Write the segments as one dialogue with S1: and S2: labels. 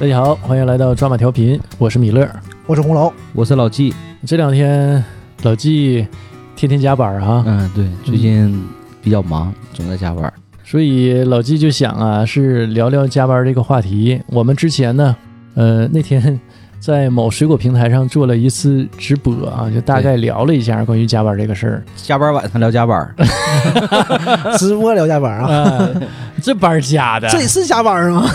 S1: 大家好，欢迎来到抓马调频，我是米勒。
S2: 我是 红楼，
S3: 我是老纪，
S1: 这两天老纪天天加班啊，
S3: 嗯，对，最近比较忙，总在加班。
S1: 所以老纪就想啊，是聊聊加班这个话题。我们之前呢，呃，那天在某水果平台上做了一次直播啊，就大概聊了一下关于加班这个事儿。
S3: 加班晚上聊加班，
S2: 直播聊加班啊，
S1: 啊，这班儿加 的，
S2: 这也是加班吗？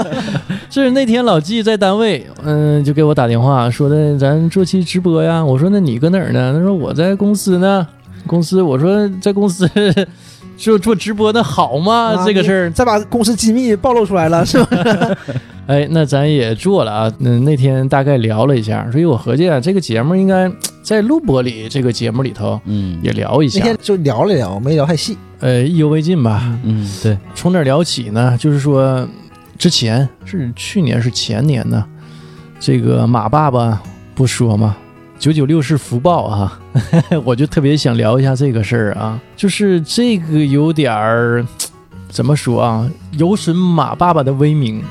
S1: 是那天老纪在单位，嗯，就给我打电话说的，咱做期直播呀。我说那你搁哪儿呢？他说我在公司呢。公司，我说在公司 做做直播那好吗？
S2: 啊
S1: 这个事儿，
S2: 再把公司机密暴露出来了，是 吧？
S1: 哎，那咱也做了啊。嗯，那天大概聊了一下，所以我合计啊，这个节目应该在录播里这个节目里头
S3: 嗯
S1: 也聊一
S2: 那
S1: 下
S2: 天，就聊了聊，没聊太细。
S1: 呃，意犹未尽吧。
S3: 嗯，对，
S1: 从哪儿聊起呢？就是说，之前是去年是前年呢，这个马爸爸不说吗？九九六是福报啊， 我就特别想聊一下这个事儿啊，就是这个有点儿怎么说啊，有损马爸爸的威名。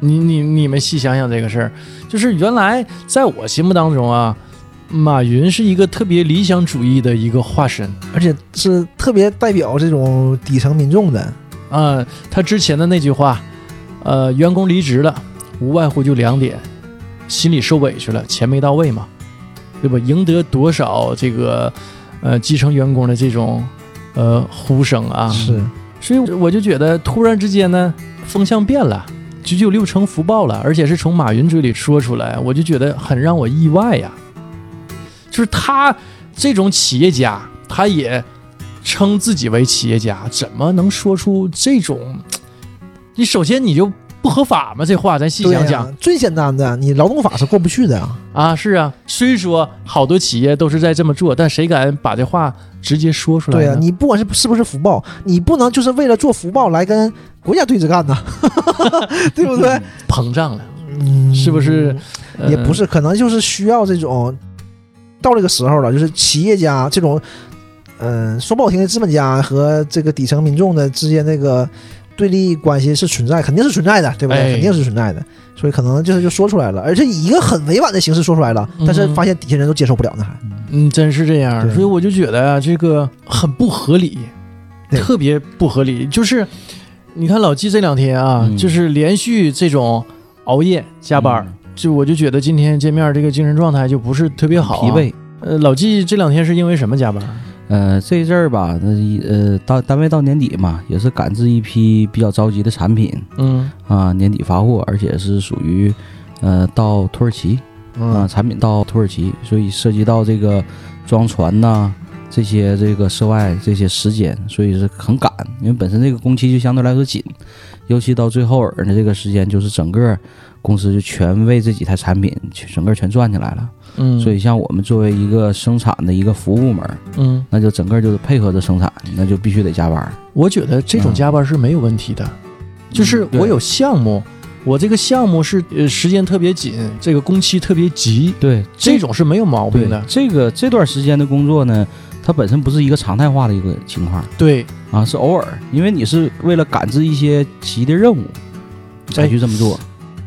S1: 你你你们细想想这个事儿，就是原来在我心目当中啊，马云是一个特别理想主义的一个化身。
S2: 而且是特别代表这种底层民众的，
S1: 啊，他之前的那句话，呃，员工离职了，无外乎就两点，心里受委屈了，钱没到位嘛，对吧？赢得多少这个呃基层员工的这种呃呼声啊，
S2: 是
S1: 所以我就觉得突然之间呢，风向变了。九九六成福报了，而且是从马云嘴里说出来，我就觉得很让我意外呀。就是他这种企业家，他也称自己为企业家，怎么能说出这种？你首先你就不合法嘛，这话咱细
S2: 对
S1: 想
S2: 呀
S1: 想
S2: 最简单的，你劳动法是过不去的啊。
S1: 啊是啊，虽说好多企业都是在这么做，但谁敢把这话直接说出来呢？
S2: 对呀、你不管是是不是福报，你不能就是为了做福报来跟国家对 着干呐， 对不对？
S1: 膨胀了，呃
S2: 嗯，
S1: 是不是？
S2: 也不是，可能就是需要这种到这个时候了，就是企业家这种，嗯、说不好听的资本家和这个底层民众的之间那个对立关系是存在，肯定是存在的，对不对？
S1: 哎
S2: 肯定是存在的，所以可能就是就说出来了，而且以一个很委婉的形式说出来了，但是
S1: 嗯
S2: 发现底下人都接受不了呢，还
S1: 嗯，真是这样，
S2: 对
S1: 所以我就觉得啊，这个很不合理，
S2: 对
S1: 特别不合理。就是你看老纪这两天啊，
S3: 嗯
S1: 就是连续这种熬夜加班儿，就我就觉得今天见面这个精神状态就不是特别好、
S3: 疲。惫。
S1: 呃，老纪这两天是因为什么加班？
S3: 呃，这一阵儿吧，那一呃，到单位到年底嘛，也是赶制一批比较着急的产品
S1: 嗯
S3: 啊，年底发货，而且是属于呃到土耳其啊，
S1: 嗯
S3: 产品到土耳其，所以涉及到这个装船呐、这些这个涉外这些时间，所以是很赶，因为本身这个工期就相对来说紧，尤其到最后儿的这个时间，就是整个公司就全为这几台产品全整个全转起来了。
S1: 嗯，
S3: 所以像我们作为一个生产的一个服务部门儿，
S1: 嗯，
S3: 那就整个就是配合着生产，那就必须得加班儿。
S1: 我觉得这种加班是没有问题的，就是
S3: 嗯嗯对
S1: 我有项目。我这个项目是呃时间特别紧，这个工期特别急，
S3: 对
S1: 这种是没有毛
S3: 对
S1: 病的。
S3: 这个这段时间的工作呢，它本身不是一个常态化的一个情况。
S1: 对，
S3: 啊，是偶尔，因为你是为了赶制一些急的任务
S2: 哎
S3: 才去这么
S2: 啊
S3: 做。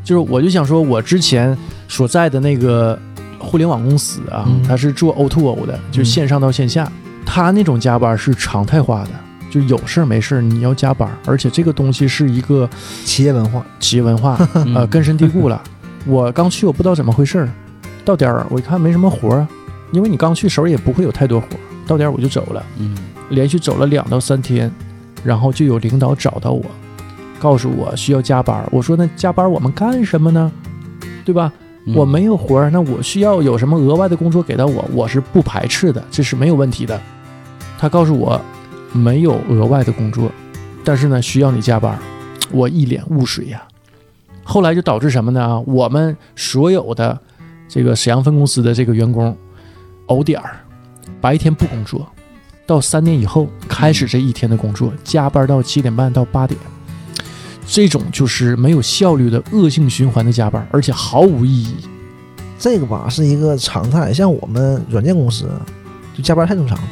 S1: 就是我就想说，我之前所在的那个互联网公司啊，
S2: 嗯
S1: 它是做 O to O 的，就是线上到线下，它那种加班是常态化的，就有事儿没事儿你要加班，而且这个东西是一个
S2: 企业文化，
S1: 企业文化，
S3: 嗯
S1: 呃，根深蒂固了。我刚去我不知道怎么回事儿，到点儿我一看没什么活儿啊，因为你刚去手儿也不会有太多活儿，到点儿我就走了。
S3: 嗯
S1: 连续走了两到三天，然后就有领导找到我，告诉我需要加班儿。我说那加班儿我们干什么呢？对吧？
S3: 嗯
S1: 我没有活儿，那我需要有什么额外的工作给到我，我是不排斥的，这是没有问题的。他告诉我没有额外的工作，但是呢需要你加班儿，我一脸雾水呀、后来就导致什么呢？啊我们所有的这个沈阳分公司的这个员工偶点儿，白天不工作，到三点以后开始这一天的工作，加班到七点半到八点。这种就是没有效率的恶性循环的加班，而且毫无意义。
S2: 这个吧是一个常态。像我们软件公司，就加班太正常了。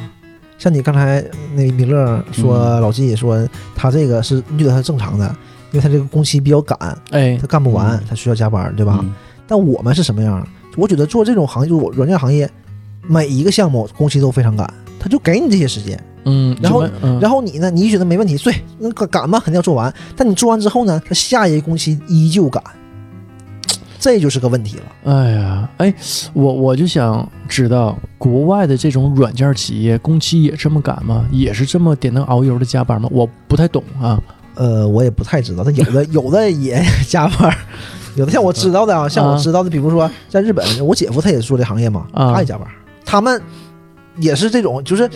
S2: 像你刚才那米勒说，
S3: 嗯
S2: 老纪说他这个是你觉得他正常的，因为他这个工期比较赶，
S1: 哎
S2: 他，干不完
S3: 嗯，
S2: 他需要加班，对吧？
S3: 嗯
S2: 但我们是什么样？我觉得做这种行业，就是我软件行业，每一个项目工期都非常赶，他就给你这些时间，
S1: 嗯，
S2: 然后
S1: 什么嗯
S2: 然后你呢，你觉得没问题，对，那个赶嘛肯定要做完，但你做完之后呢，他下一个工期依旧赶，这就是个问题了。
S1: 哎呀，哎，我我就想知道，国外的这种软件企业工期也这么赶吗？也是这么点灯熬油的加班吗？我不太懂啊。
S2: 呃，我也不太知道，他有 的有的也加班儿，有的像我知道的啊，像我知道的，比如说在日本，我姐夫他也是做这行业嘛，
S1: 啊
S2: 他也加班儿，他们也是这种，就是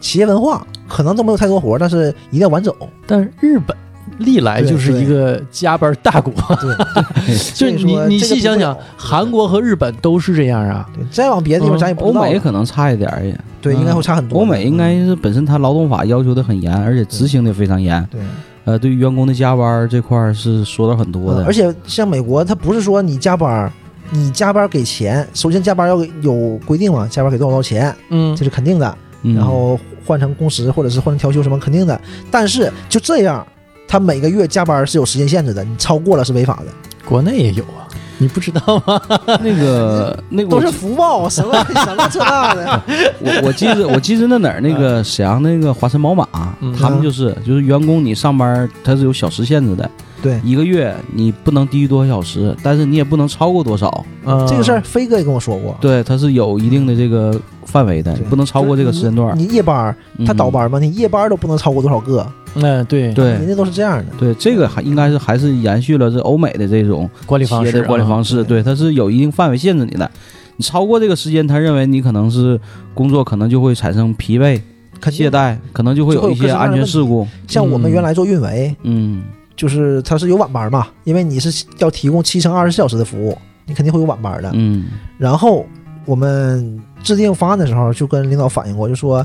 S2: 企业文化，可能都没有太多活儿，但是一定要完整。
S1: 但是日本历来
S2: 对
S1: 就是
S2: 对
S1: 一个加班大国，
S2: 对，
S1: 就
S2: 所以
S1: 是你
S2: 说
S1: 你
S2: 这个
S1: 细
S2: 不
S1: 想
S2: 会
S1: 想
S2: 好，
S1: 韩国和日本都是这样啊。
S2: 对，再往别的地方咱也不
S3: 欧
S2: 知道了，
S3: 美可能差一点儿也，
S2: 对，应该会差很多。嗯
S3: 欧美应该是本身它劳动法要求的很严，而且执行的非常严。
S2: 对。
S3: 呃，对于员工的加班儿这块儿是说的很多的，
S2: 嗯而且像美国，他不是说你加班儿，你加班儿给钱，首先加班儿要给有规定嘛，加班儿给多少多少钱，
S1: 嗯
S2: 这是肯定的。
S3: 嗯
S2: 然后换成工时或者是换成调休什么肯定的，但是就这样，他每个月加班儿是有时间限制的，你超过了是违法的，
S1: 国内也有啊，你不知道吗？
S3: 那 个那个
S2: 都
S3: 我
S2: 是福报，什么什么这那的。
S3: 我我记得我记得那哪儿那个沈阳那个华晨宝马，
S1: 嗯
S3: 他们就是就是员工你上班儿它是有小时限制的，
S2: 对，
S3: 一个月你不能低于多少小时，但是你也不能超过多少，
S1: 嗯
S2: 这个事儿飞哥也跟我说过，
S3: 对，它是有一定的这个范围的，
S2: 对
S3: 不能超过这个时间段儿。
S2: 你你夜班儿，他
S3: 嗯
S2: 倒班儿嘛，你夜班儿都不能超过多少个，
S1: 嗯，对，
S2: 人
S3: 对
S2: 家都是这样的。
S3: 对，这个还应该是还是延续了这欧美的这种
S1: 管理
S3: 企
S1: 方
S3: 业
S1: 式
S3: 的
S1: 啊，
S3: 管理方式，对，它是有一定范围限制你的。你超过这个时间，他认为你可能是工作可能就会产生疲惫、
S2: 肯
S3: 懈
S2: 定，
S3: 怠，可能就会有一些安全事故。
S2: 像我们原来做运维，
S3: 嗯，
S2: 就是它是有晚班嘛，因为你是要提供七乘二十四小时的服务，你肯定会有晚班的。
S3: 嗯
S2: 然后我们制定方案的时候，就跟领导反映过，就说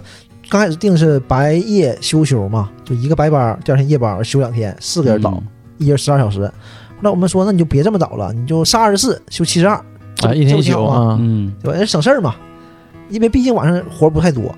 S2: 刚开始定是白夜休休嘛，就一个白班儿，第二天夜班儿休两天，四个人
S3: 嗯
S2: 倒，一人十二小时。后来我们说，那你就别这么倒了，你就上二十四休七十二，
S1: 啊，一天一宿
S2: 啊，
S1: 啊，
S3: 嗯，
S2: 对吧？人省事儿嘛，因为毕竟晚上活儿不太多。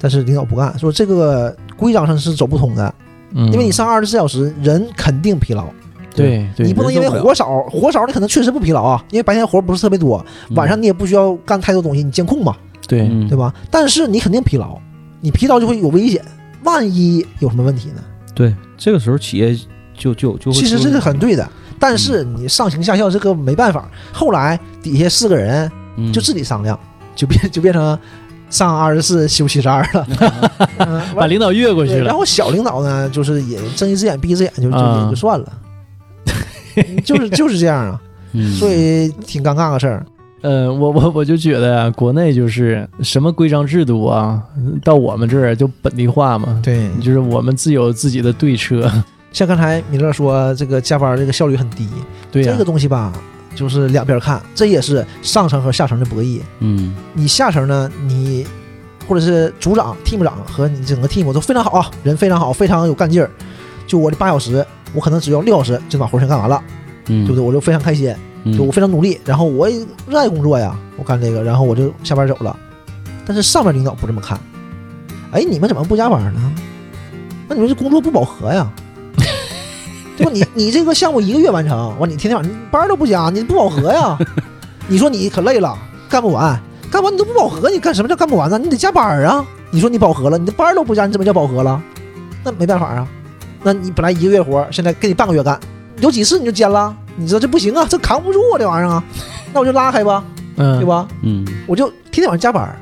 S2: 但是领导不干，说这个规章上是走不通的，
S1: 因
S2: 因为你上二十四小时，人肯定疲劳。
S1: 嗯对对，
S2: 你不能因为活少，活少你可能确实不疲劳啊，因为白天活不是特别多，
S3: 嗯
S2: 晚上你也不需要干太多东西，你监控嘛，
S1: 对
S3: 嗯
S2: 对吧？但是你肯定疲劳，你疲劳就会有危险，万一有什么问题呢？
S3: 嗯对，这个时候企业就就就会
S2: 其实
S3: 出
S2: 这是很对的，但是你上行下效这个没办法。后来底下四个人
S3: 嗯
S2: 就自己商量，就变就变成上二十四休七十二了，嗯
S1: 把
S2: 完
S1: 领导越过去
S2: 对然
S1: 了，
S2: 后小领导呢，就是也睁一只眼闭一只眼，就就
S1: 啊
S2: 也就算了， 就是就是这样啊，
S3: 嗯
S2: 所以挺尴尬个事儿。
S1: 呃，我我我就觉得啊，国内就是什么规章制度啊，到我们这儿就本地化嘛，
S2: 对
S1: 就是我们自有自己的对车，
S2: 嗯像刚才米勒说这个加班这个效率很低，
S1: 对呀、
S2: 这个东西吧，就是两边看，这也是上层和下层的博弈。
S3: 嗯
S2: 你下层呢，你或者是组长、team 长和你整个 team 都非常好啊，人非常好，非常有干劲儿。就我这八小时，我可能只要六小时就把活儿全干完了，
S3: 嗯，
S2: 对不对？我就非常开心，
S3: 嗯
S2: 就我非常努力，然后我也热爱工作呀，我干这个，然后我就下班走了。但是上面领导不这么看，哎，你们怎么不加班呢？那你们这工作不饱和呀， 对吧？你你这个项目一个月完成，完你天天晚上班都不加，你不饱和呀？ 你说你可累了，干不完，干完你都不饱和，你干什么叫干不完呢？你得加班啊！你说你饱和了，你的班都不加，你怎么叫饱和了？那没办法啊，那你本来一个月活，现在给你半个月干，有几次你就奸了，你知道这不行啊，这扛不住啊，这玩意儿啊，那我就拉开吧，
S1: 嗯，
S2: 对吧？
S3: 嗯
S2: 我就天天晚上加班儿，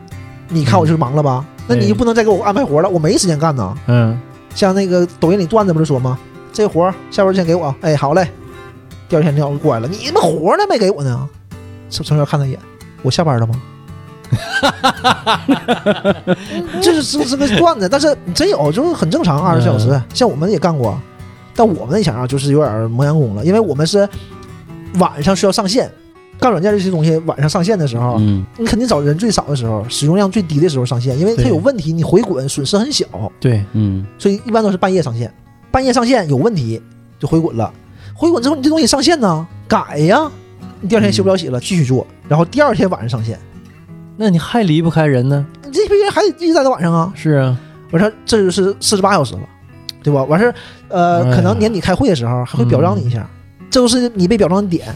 S2: 你看我就是忙了吧？那你就不能再给我安排活了，我没时间干呢。
S1: 嗯，
S2: 像那个抖音里段子不是说吗？这活儿下班之前给我，哎，好嘞。第二天领导就过来了，你他妈活儿呢没给我呢？程程员看他一眼，我下班了吗？ 这是这是个段子，但是你真有就是很正常，二十四小时，像我们也干过，但我们那前啊就是有点儿磨洋工了，因为我们是晚上需要上线，干软件这些东西晚上上线的时候，
S3: 嗯
S2: 你肯定找人最少的时候，使用量最低的时候上线，因为它
S1: 对
S2: 有问题，你回滚损失很小，
S1: 对，
S3: 嗯
S2: 所以一般都是半夜上线。半夜上线有问题就回滚了，回滚之后你这东西上线呢，改呀，你第二天休不了息了，继续做，然后第二天晚上上线，
S1: 那你还离不开人呢？
S2: 你这批人还得一直待到晚上啊。
S1: 是啊，
S2: 我说这就是四十八小时了，对吧？完事儿，呃，
S1: 哎呀
S2: 可能年底开会的时候还会表彰你一下，这都是你被表彰的点。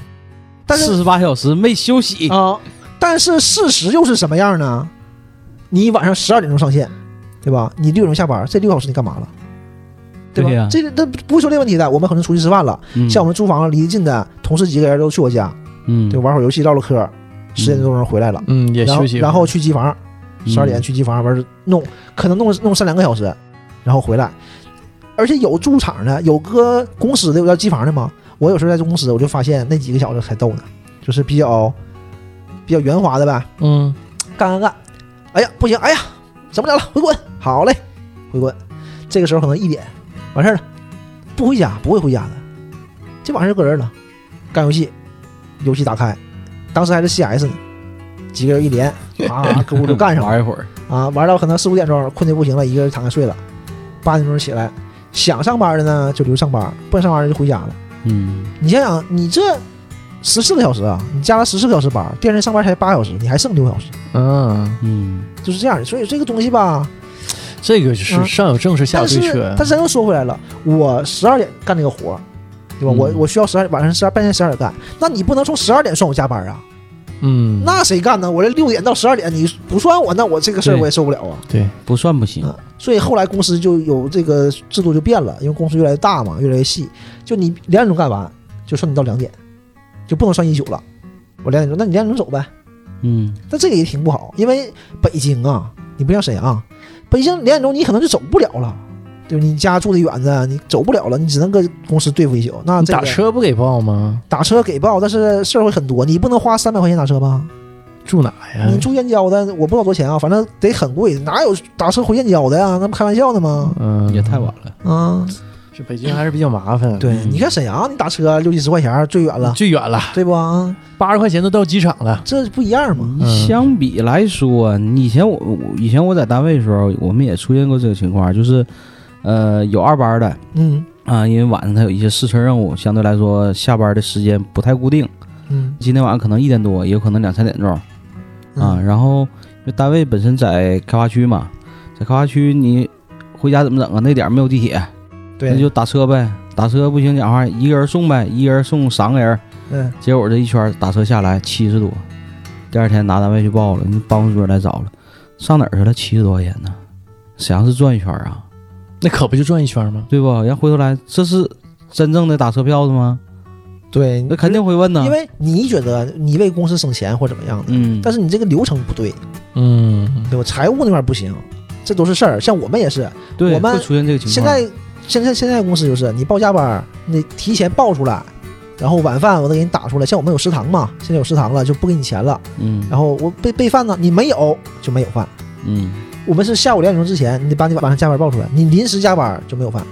S2: 但是
S3: 四十八小时没休息，
S2: 啊、但是事实又是什么样呢？你晚上十二点钟上线，对吧？你六点钟下班，这六个小时你干嘛了？对吧？
S3: 对呀
S2: 这这不是说这问题的，我们可能出去吃饭了，
S3: 嗯
S2: 像我们租房离得近的，同事几个人都去我家，
S3: 嗯
S2: 就玩会儿游戏唠唠嗑儿，十点多钟回来了，
S1: 嗯，也
S2: 然后
S1: 休息一会儿，嗯
S2: 然后去机房，十二
S3: 嗯
S2: 点去机房完事儿弄，可能弄弄三两个小时，然后回来。而且有驻场的，有搁公司的，有在机房的嘛。我有时候在公司，我就发现那几个小子才逗呢，就是比较比较圆滑的呗，
S1: 嗯，
S2: 干干干。哎呀，不行，哎呀，整不了了，回滚。好嘞，回滚。这个时候可能一点完事儿了，不回家，不会回家的。这晚上就搁这儿了，干游戏，游戏打开，当时还是 CS 呢，几个人一连， 啊，各屋都干上了。
S3: 玩一会儿，
S2: 啊，玩到可能四五点钟，困得不行了，一个人躺下睡了。八点钟起来，想上班的呢就留上班，不想上班的就回家了。
S3: 嗯，
S2: 你想想，你这十四个小时啊，你加了十四个小时班，第二天上班才八小时，你还剩六小时，
S1: 嗯，
S3: 嗯，
S2: 就是这样的。所以这个东西吧，
S1: 这个是
S2: 嗯
S1: 上有政策，下有
S2: 但
S1: 对
S2: 是
S1: 策。
S2: 但是又说回来了，我十二点干这个活儿，对吧？我
S3: 嗯
S2: 我需要十二晚上十二半夜十二点干，那你不能从十二点算我加班啊？
S1: 嗯，
S2: 那谁干呢？我这六点到十二点你不算我，那我这个事儿
S3: 对嗯
S2: 我也受不了啊。
S1: 对，
S3: 不算不行，
S2: 啊，所以后来公司就有这个制度就变了，因为公司越来越大嘛，越来越细，就你两点钟干完，就算你到两点，就不能算一宿了。我两点钟，那你两点钟走呗。
S3: 嗯，
S2: 但这个也挺不好，因为北京啊，你不像沈阳，北京两点钟你可能就走不了了，对吧？你家住的远的，你走不了了，你只能跟公司对付一宿。那
S1: 你
S2: 这个
S1: 打车不给报吗？
S2: 打车给报，但是事儿会很多，你不能花三百块钱打车吧？
S1: 住哪呀？
S3: 哎
S2: 你住燕郊的，我不知道多少钱啊，反正得很贵，哪有打车回燕郊的呀？那不开玩笑呢吗？
S1: 嗯，
S3: 也太晚了，
S2: 啊、
S1: 是北京还是比较麻烦。
S2: 对，
S3: 嗯
S2: 你看沈阳，你打车六七十块钱儿最远了，
S1: 最远了，
S2: 对不啊？
S1: 八十块钱都到机场了。
S2: 这不一样嘛。
S1: 嗯
S3: 相比来说，你以前我我以前我在单位的时候，我们也出现过这个情况，就是，呃，有二班的
S2: 嗯
S3: 啊、因为晚上他有一些试车任务，相对来说下班的时间不太固定，
S2: 嗯
S3: 今天晚上可能一点多，也有可能两三点钟啊、
S2: 嗯
S3: 然后因为单位本身在开发区嘛，在开发区你回家怎么整啊？那点儿没有地铁，
S2: 对，
S3: 那就打车呗，打车不行讲话，一个人送呗，一人送三个人，
S2: 嗯
S3: 结果这一圈打车下来七十多，第二天拿单位去报了，人办公桌来找了，上哪儿去了？七十多块钱呢？沈阳市转一圈啊，
S1: 那可不就转一圈吗？
S3: 对不？然后回头来，这是真正的打车票子吗？
S2: 对
S3: 那，肯定会问呢。
S2: 因为你觉得你为公司省钱或怎么样的，
S3: 嗯，
S2: 但
S3: 是
S2: 是你这个流程不对，
S1: 嗯，
S2: 对吧？财务那块儿不行，这都是事儿。像我们也是，
S3: 对
S2: 我们
S3: 会出现这个情况。
S2: 现在现在现在公司就是你报加班儿，你提前报出来。然后晚饭我都给你打出来，像我们有食堂嘛，现在有食堂了就不给你钱了。
S3: 嗯，
S2: 然后我备备饭呢，你没有就没有饭。
S3: 嗯
S2: 我们是下午两点钟之前，你得把你晚上加班报出来，你临时加班儿就没有饭。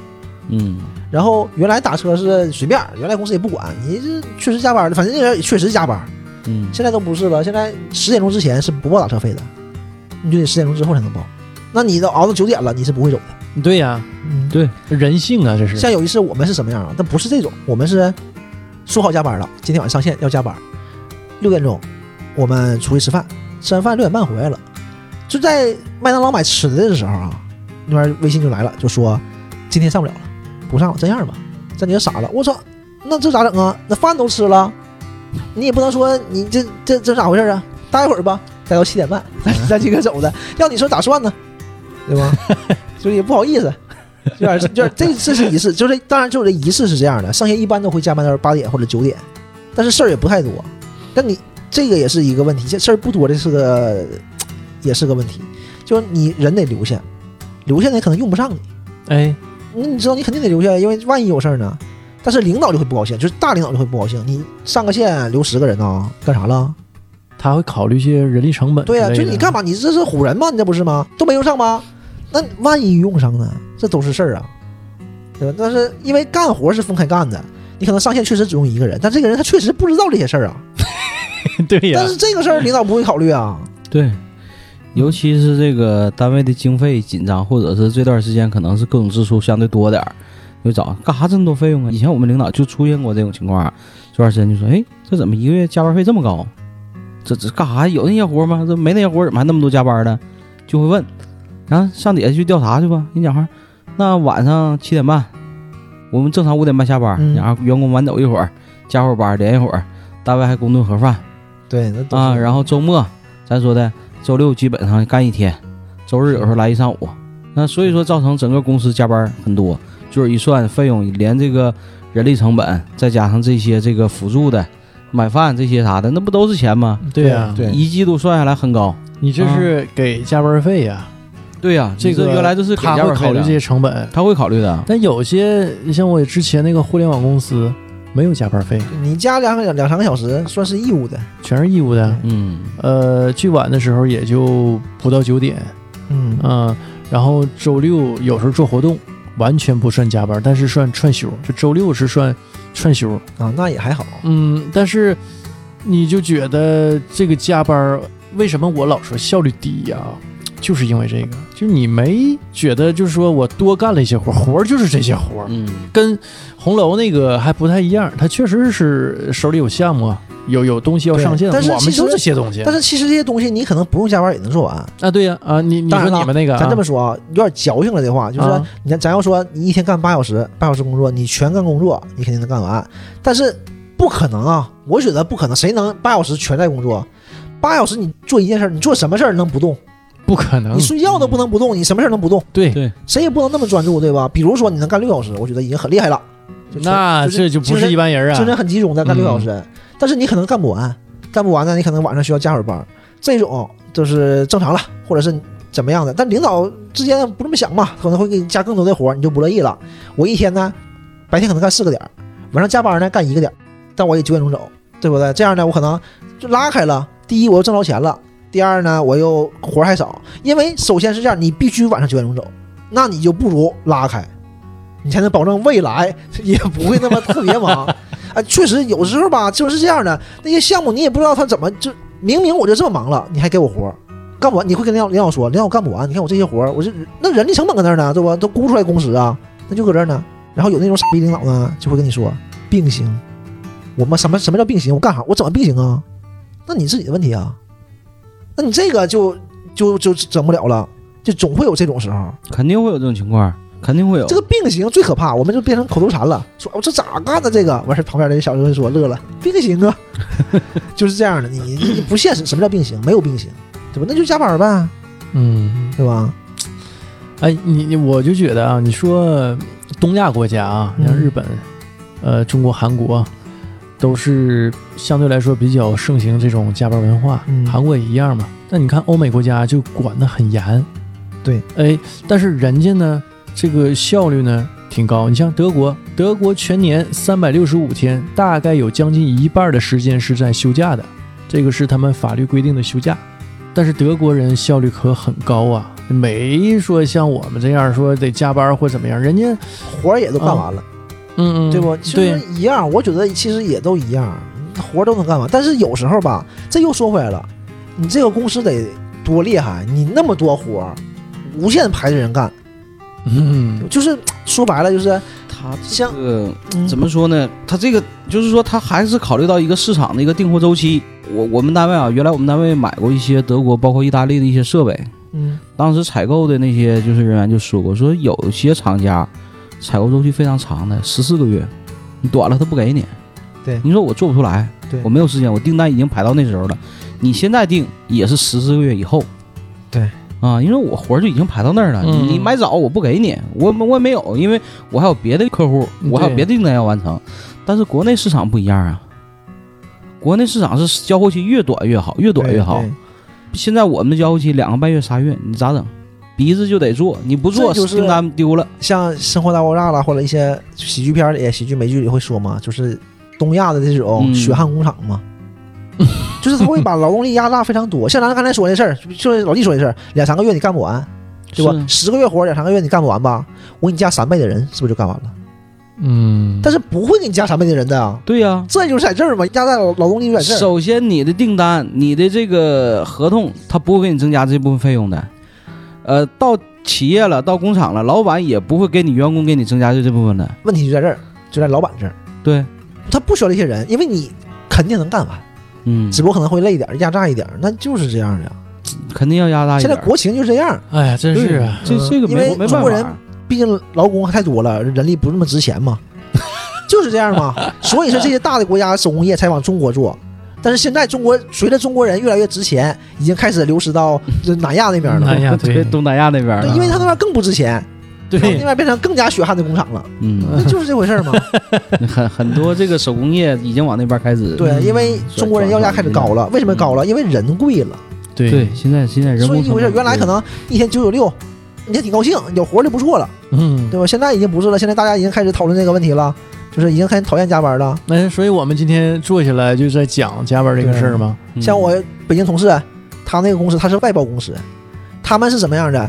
S3: 嗯
S2: 然后原来打车是随便儿，原来公司也不管你这确实加班儿的，反正那人也确实加班儿。
S3: 嗯，
S2: 现在都不是了，现在十点钟之前是不报打车费的，你就得十点钟之后才能报。那你都熬到九点了，你是不会走的。
S1: 对呀，
S2: 嗯，
S1: 人性啊，这是。
S2: 像有一次我们是什么样啊？但不是这种，我们是说好加班了，今天晚上上线要加班，六点钟我们出去吃饭，吃完饭六点半回来了，就在麦当劳买吃的的时候啊，那边微信就来了，就说今天上不了了，不上了，这样吧，这你就傻了，我操，那这咋整啊？那饭都吃了，你也不能说你这这这咋回事啊？待会儿吧，待到七点半，咱咱几个走的，要你说咋算呢？对吧？ 所以也不好意思，有点有点这这是仪式，就是当然就是这仪式是这样的，上线一般都会加班到八点或者九点，但是事儿也不太多。但你这个也是一个问题，这事儿不多，这是个也是个问题，就是你人得留下，留下呢可能用不上你，
S1: 哎，
S2: 那你知道你肯定得留下，因为万一有事儿呢。但是领导就会不高兴，就是大领导就会不高兴，你上个线留十个人呢、干啥了？
S1: 他会考虑一些人力成本之
S2: 对
S1: 类
S2: 呀、
S1: 的。
S2: 就你干嘛？你这是唬人吗？你这不是吗？都没用上吗？那万一用上呢？这都是事儿啊，对吧？但是因为干活是分开干的，你可能上线确实只用一个人，但这个人他确实不知道这些事儿啊。
S1: 对啊呀
S2: 但，是这个事儿领导不会考虑啊。
S3: 对，尤其是这个单位的经费紧张，或者是这段时间可能是各种支出相对多点儿，就找干啥这么多费用啊？以前我们领导就出现过这种情况，这段时间就说，哎，这怎么一个月加班费这么高？这这干啥？有那些活吗？这没那些活，怎么还那么多加班的？就会问，然后上底下去调查去吧。人讲话，那晚上七点半，我们正常五点半下班，
S2: 嗯
S3: 然后员工晚走一会儿，加会儿班，连一会儿，单位还公顿盒饭
S2: 对，那都
S3: 啊。
S2: 是
S3: 然后周末，咱说的周六基本上干一天，周日有时候来一上午。那所以说造成整个公司加班很多，就是一算费用，连这个人力成本，再加上这些这个辅助的、买饭这些啥的，那不都是钱吗？
S1: 对呀、
S2: 对
S3: 一季度算下来很高。
S1: 你这是给加班费呀、
S3: 对呀、
S1: 这个
S3: 嗯你原来这是给
S1: 他
S3: 加
S1: 会
S3: 班
S1: 考
S3: 费
S1: 虑
S3: 的啊
S1: 这，些成本。
S3: 他会考虑的。
S1: 但有些像我之前那个互联网公司，没有加班费，
S2: 你加两个两三个小时算是义务的，
S1: 全是义务的。
S3: 嗯，
S1: 呃，最晚的时候也就不到九点，
S2: 嗯
S1: 嗯，然后周六有时候做活动，完全不算加班，但是算串休。这周六是算串休，
S2: 啊，那也还好，
S1: 嗯，但是你就觉得这个加班儿，为什么我老说效率低呀、就是因为这个，就是你没觉得，就是说我多干了一些活儿，活儿就是这些活儿，
S3: 嗯，
S1: 跟红楼那个还不太一样，他确实是手里有项目，啊有有东西要
S2: 对
S1: 上线，
S2: 但是
S1: 我们
S2: 其实
S1: 就这些东西。
S2: 但是其实这些东西你可能不用加班也能做完。
S1: 啊，对呀、啊，你你
S2: 当
S1: 说
S2: 然了
S1: 你们那个、啊，
S2: 咱这么说啊，有点矫情了这话，就是说
S1: 啊
S2: 你看，咱要说你一天干八小时，八小时工作，你全干工作，你肯定能干完。但是不可能啊，我觉得不可能，谁能八小时全在工作？八小时你做一件事儿，你做什么事儿能不动？
S1: 不可能
S2: 你，睡觉都不能不动，你什么事儿能不动？
S1: 对，
S3: 对，
S2: 谁也不能那么专注，对吧？比如说你能干六小时，我觉得已经很厉害了，就
S1: 那
S2: 就
S1: 这就不是一般人啊，
S2: 精神很集中的干六小时，但是你可能干不完，干不完呢，你可能晚上需要加会儿班儿，这种就是正常了，或者是怎么样的。但领导之间不这么想嘛，可能会给你加更多的活儿，你就不乐意了。我一天呢，白天可能干四个点儿，晚上加班呢干一个点儿，但我也九点钟走，对不对？这样呢，我可能就拉开了。第一，我又挣着钱了；第二呢，我又活儿还少，因为首先是这样，你必须晚上九点钟走，那你就不如拉开。你才能保证未来也不会那么特别忙，啊，确实有时候吧，就是这样的。那些项目你也不知道他怎么就明明我就这么忙了，你还给我活儿干不完，你会跟领导领导说，领导我干不完，你看我这些活儿，我这那人力成本搁那儿呢，对吧？都估出来工时啊，那就搁这儿呢。然后有那种傻逼领导呢，就会跟你说并行，我们什么什么叫并行？我干啥？我怎么并行啊？那你自己的问题啊，那你这个就就就整不了了，就总会有这种时候。
S3: 肯定会有这种情况，肯定会有。
S2: 这个并行最可怕，我们就变成口头禅了，说我、这咋干的这个？完事儿旁边的小刘就说乐了，并行啊， 就是这样的，你你你不现实，什么叫并行？没有并行，对吧？那就加班呗，
S1: 嗯，
S2: 对吧？
S1: 哎，你你我就觉得啊，你说东亚国家啊，
S2: 嗯
S1: 像日本、呃中国、韩国，都是相对来说比较盛行这种加班文化，
S2: 嗯
S1: 韩国也一样嘛。但你看欧美国家就管得很严，
S2: 对，
S1: 哎，但是人家呢，这个效率呢挺高。你像德国，德国全年三百六十五天，大概有将近一半的时间是在休假的，这个是他们法律规定的休假。但是德国人效率可很高啊，没说像我们这样说得加班或怎么样，人家
S2: 活儿也都干完了，
S1: 嗯嗯
S2: 对不？其实
S1: 对，
S2: 一样，我觉得其实也都一样，活儿都能干完。但是有时候吧，这又说回来了，你这个公司得多厉害，你那么多活儿，无限排着人干，
S1: 嗯
S2: 就是说白了就是
S3: 他
S2: 像
S3: 呃，
S2: 嗯
S3: 怎么说呢？他这个就是说，他还是考虑到一个市场的一个订货周期。我我们单位啊，原来我们单位买过一些德国，包括意大利的一些设备。
S2: 嗯
S3: 当时采购的那些就是人员就说过，说有些厂家采购周期非常长的，十四个月，你短了他不给你。
S2: 对
S3: 你说我做不出来，
S2: 对
S3: 我没有时间，我订单已经排到那时候了。你现在订也是十四个月以后。
S2: 对。
S3: 啊，因为我活儿就已经排到那儿了，
S1: 嗯
S3: 你你买早我不给你，我我也没有，因为我还有别的客户，我还有
S1: 对
S3: 别的订单要完成。但是国内市场不一样啊，国内市场是交货期越短越好，越短越好。
S2: 对
S3: 现在我们的交付期两个半月、仨月，你咋整？鼻子就得做，你不做
S2: 这就是
S3: 订单丢了。
S2: 像《生活大爆炸》啦，或者一些喜剧片儿里、喜剧美剧里会说嘛，就是东亚的这种
S3: 嗯
S2: 血汗工厂嘛，就是他会把劳动力压榨非常多。像咱刚才说的事儿，就是老弟说的事儿，两三个月你干不完，对吧？十个月活儿两三个月你干不完吧？我给你加三倍的人，是不是就干完了？
S1: 嗯，
S2: 但是不会给你加三倍的人的啊，
S3: 对呀、
S2: 这就是在这儿嘛，压榨劳动力就在这儿。
S3: 首先，你的订单、你的这个合同，他不会给你增加这部分费用的。呃，到企业了，到工厂了，老板也不会给你员工给你增加这这部分的。
S2: 问题就在这儿，就在老板这儿，
S3: 对，
S2: 他不需要这些人，因为你肯定能干完，
S3: 嗯，
S2: 只不过可能会累一点儿、压榨一点儿，那就是这样的呀。
S3: 肯定要压榨一
S2: 现在
S3: 点儿。
S2: 国情就是这样。
S1: 哎呀，真是啊，
S3: 对这这个
S2: 因为
S3: 没没
S2: 中
S3: 办
S2: 国人
S3: 法。
S2: 毕竟劳工还太多了，人力不那么值钱嘛，就是这样嘛。所以说这些大的国家手工业才往中国做，但是现在中国随着中国人越来越值钱，已经开始流失到这南亚那边了。
S1: 南亚哎 对
S3: 对东南亚那边啊
S2: 对，
S3: 了，
S2: 因为他那边更不值钱，然后那
S1: 对，
S2: 边变成更加血汗的工厂了，
S3: 嗯，
S2: 那就是这回事儿嘛。
S3: 很很多这个手工业已经往那边开始，
S2: 对，因为中国人要价开始高了，为什么高了？因为人贵了。
S1: 对
S3: 对，现在现在人
S2: 所以
S3: 工
S2: 一回事，原来可能一天九九六，你也挺高兴，有活儿就不错了，
S1: 嗯，
S2: 对吧？现在已经不是了，现在大家已经开始讨论这个问题了，就是已经开始讨厌加班了。
S1: 那哎所以我们今天坐下来就在讲加班这个事儿嘛，
S3: 嗯
S2: 像我北京同事，他那个公司他是外包公司，他们是怎么样的？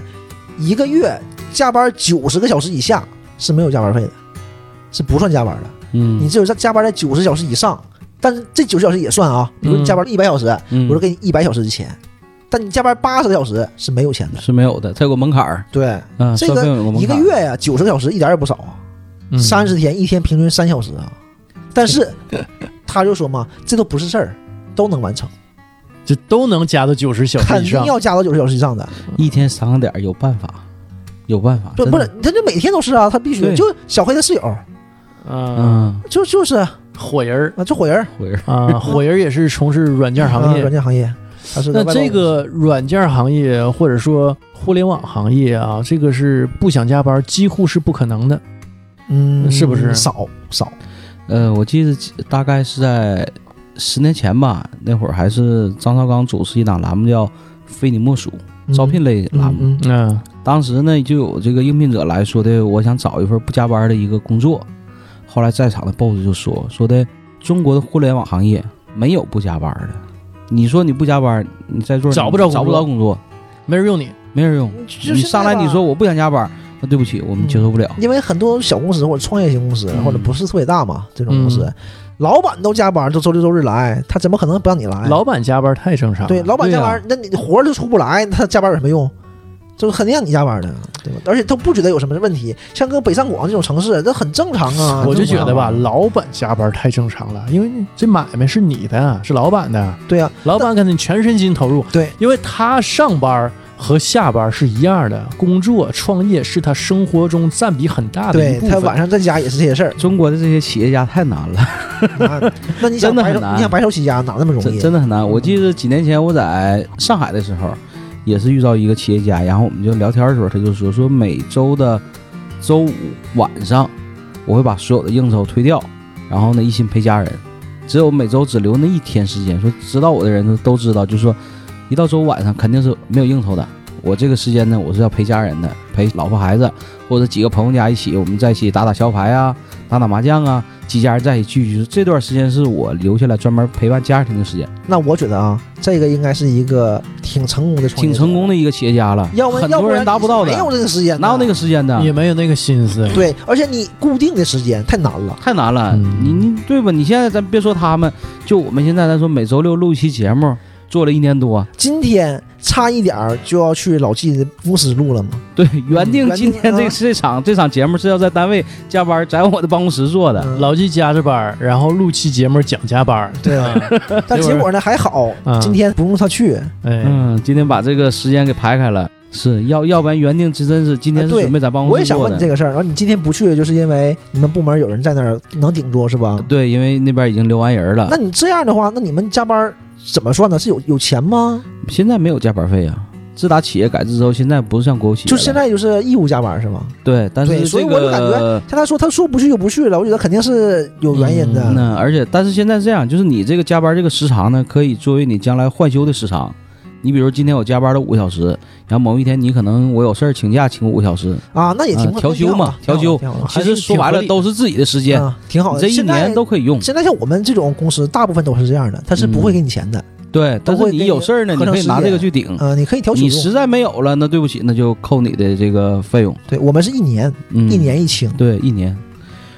S2: 一个月加班九十个小时以下是没有加班费的，是不算加班的。
S3: 嗯
S2: 你只有在加班在九十小时以上，但是这九十小时也算啊，比如你加班一百小时，
S3: 嗯
S2: 我就给你一百小时的钱，但你加班八十个小时是没有钱的。
S3: 是没有的，它有个门槛儿，
S2: 对，
S3: 嗯，
S2: 这个
S3: 算不上有门
S2: 一个
S3: 槛儿，
S2: 月呀、九十个小时一点儿也不少啊，
S1: 嗯
S2: 三十天一天平均三小时啊。但 是他就说嘛，这都不是事儿，都能完成，
S1: 这都能加到九十小时
S2: 肯
S1: 以
S2: 定
S1: 上，
S2: 要加到九十小时以上的。
S3: 一天三个点儿有办法，有办法，
S2: 不
S3: 真
S2: 不
S3: 的
S2: 是，，他这每天都是啊，他必须
S3: 对
S2: 就小黑的室友，
S1: 嗯，
S3: 嗯，
S2: 就就是啊，
S1: 火人儿
S2: 就火人儿，
S3: 会儿
S1: 啊，火人儿也是从事软件行
S2: 啊
S1: 业
S2: 软，件行业，他是
S1: 那
S2: 外包
S1: 这个软件行业或者说互联网行业啊，这个是不想加班几乎是不可能的。
S2: 嗯
S1: 是不是
S2: 少少？
S3: 呃，我记得大概是在十年前吧，那会儿还是张绍刚主持一档栏目叫《非你莫属》，招聘类栏目。
S2: 嗯嗯
S1: 嗯
S3: 当时呢，就有这个应聘者来说的，我想找一份不加班的一个工作。后来在场的 boss 就说说的，中国的互联网行业没有不加班的。你说你不加班，你在座
S1: 找不着工作
S3: 找不着工作，
S1: 没人用你。
S3: 没人用。
S2: 就
S3: 你
S2: 现在
S3: 上来
S2: 吧
S3: 你说我不想加班，那对不起，我们
S2: 嗯
S3: 接受不了。
S2: 因为很多小公司或者创业型公司，
S3: 嗯。
S2: 或者不是特别大嘛，这种公司，
S1: 嗯
S2: 老板都加班，都周六周日来，他怎么可能不让你来？
S1: 老板加班太正常了。
S2: 对，老板加班，那你活儿都出不来，他加班有什么用？就是肯定让你加班的，对吧？而且都不觉得有什么问题，像跟北上广这种城市，这很正常啊。
S1: 我就
S2: 正
S1: 觉
S2: 常
S1: 得吧，
S2: 啊，
S1: 老板加班太正常了，因为这买卖是你的，啊是老板的，
S2: 对啊，
S1: 老板肯定全身心投入。
S2: 对，
S1: 因为他上班和下班是一样的，工作创业是他生活中占比很大的一
S2: 对
S1: 部
S2: 他
S1: 分。
S2: 晚上在家也是这些事儿
S3: 中国的这些企业家太难了。
S2: 啊那你想
S3: 真的
S2: 白
S3: 很
S2: 手，
S3: 难
S2: 你想白手起家哪那么容
S3: 真
S2: 易？啊嗯
S3: 真的很难。我记得几年前我在上海的时候，也是遇到一个企业家，然后我们就聊天的时候，他就说说每周的周五晚上，我会把所有的应酬推掉，然后呢一心陪家人，只有每周只留那一天时间。说知道我的人呢都知道，就是说一到周五晚上肯定是没有应酬的。我这个时间呢，我是要陪家人的，陪老婆孩子，或者几个朋友家一起，我们在一起打打桥牌啊，打打麻将啊，几家人在一起聚聚。这段时间是我留下来专门陪伴家庭的时间，
S2: 那我觉得啊，这个应该是一个挺成功的创业，
S3: 挺成功。的一个企业家了。
S2: 要不然
S3: 很
S2: 要
S3: 多
S2: 然
S3: 人达不到的
S2: 没，有这个时间的，
S3: 哪有那个时间的？
S1: 也没有那个心思，
S2: 对，而且你固定的时间太难了。
S3: 太难了，
S1: 嗯
S3: 你你对吧？你现在咱别说他们，就我们现在咱说每周六录一期节目，做了一年多，
S2: 今天差一点儿就要去老纪的公司录了嘛，
S3: 对，原定
S2: 原定
S3: 今天这
S2: 啊
S3: 这场这场节目是要在单位加班，在我的办公室做的，
S2: 嗯
S1: 老纪加着班儿，然后录期节目讲加班儿。
S2: 对 啊，但结果呢还好
S3: 啊
S1: 嗯，
S2: 今天不用他去，
S1: 哎，
S3: 嗯，今天把这个时间给排开了，是要要不然原定之真是今天是
S2: 啊对
S3: 准备在办公
S2: 我也
S3: 室
S2: 想
S3: 做
S2: 问你
S3: 的
S2: 这，个事儿，然后你今天不去，就是因为你们部门有人在那儿能顶住是吧？
S3: 对，啊因为那边已经留完人了
S2: 那，你这样的话，那你们加班儿怎么算呢？是有有钱吗？
S3: 现在没有加班费啊。自打企业改制之后，现在不是像国有企业
S2: 就
S3: 了，
S2: 现在就是义务加班儿是吗？
S3: 对，但
S2: 对
S3: 是
S2: 所以
S3: 这
S2: 我就感觉
S3: 个
S2: 像他说他说不去就不去了，我觉得肯定是有原因的。
S3: 嗯那而且，但是现在是这样，就是你这个加班这个时长呢，可以作为你将来换休的时长。你比如今天我加班了五个小时，然后某一天你可能我有事儿请假请五个小时，
S2: 啊，那也挺
S3: 啊调休嘛
S2: 挺好
S3: 调休
S2: 挺好的
S3: 其
S1: 还
S3: 实
S1: 是
S3: 说白
S1: 挺
S3: 了
S1: 合理的
S3: 都是自己的时间，
S2: 啊，挺好
S3: 你
S2: 的。
S3: 这一
S2: 现在
S3: 年都可以用。
S2: 现在像我们这种公司，大部分都是这样的，他是不会给你钱的。
S3: 对，
S2: 都
S3: 但是
S2: 会给
S3: 你
S2: 你
S3: 有事儿呢，
S2: 合
S3: 你
S2: 成
S3: 可以拿
S2: 时
S3: 这
S2: 间
S3: 个去顶。
S2: 呃，你可以调休
S3: 嗯你。实在没有了，那对不起，那就扣你的这个费用。
S2: 对我们是一年
S3: 嗯，
S2: 一年一清，
S3: 对一年。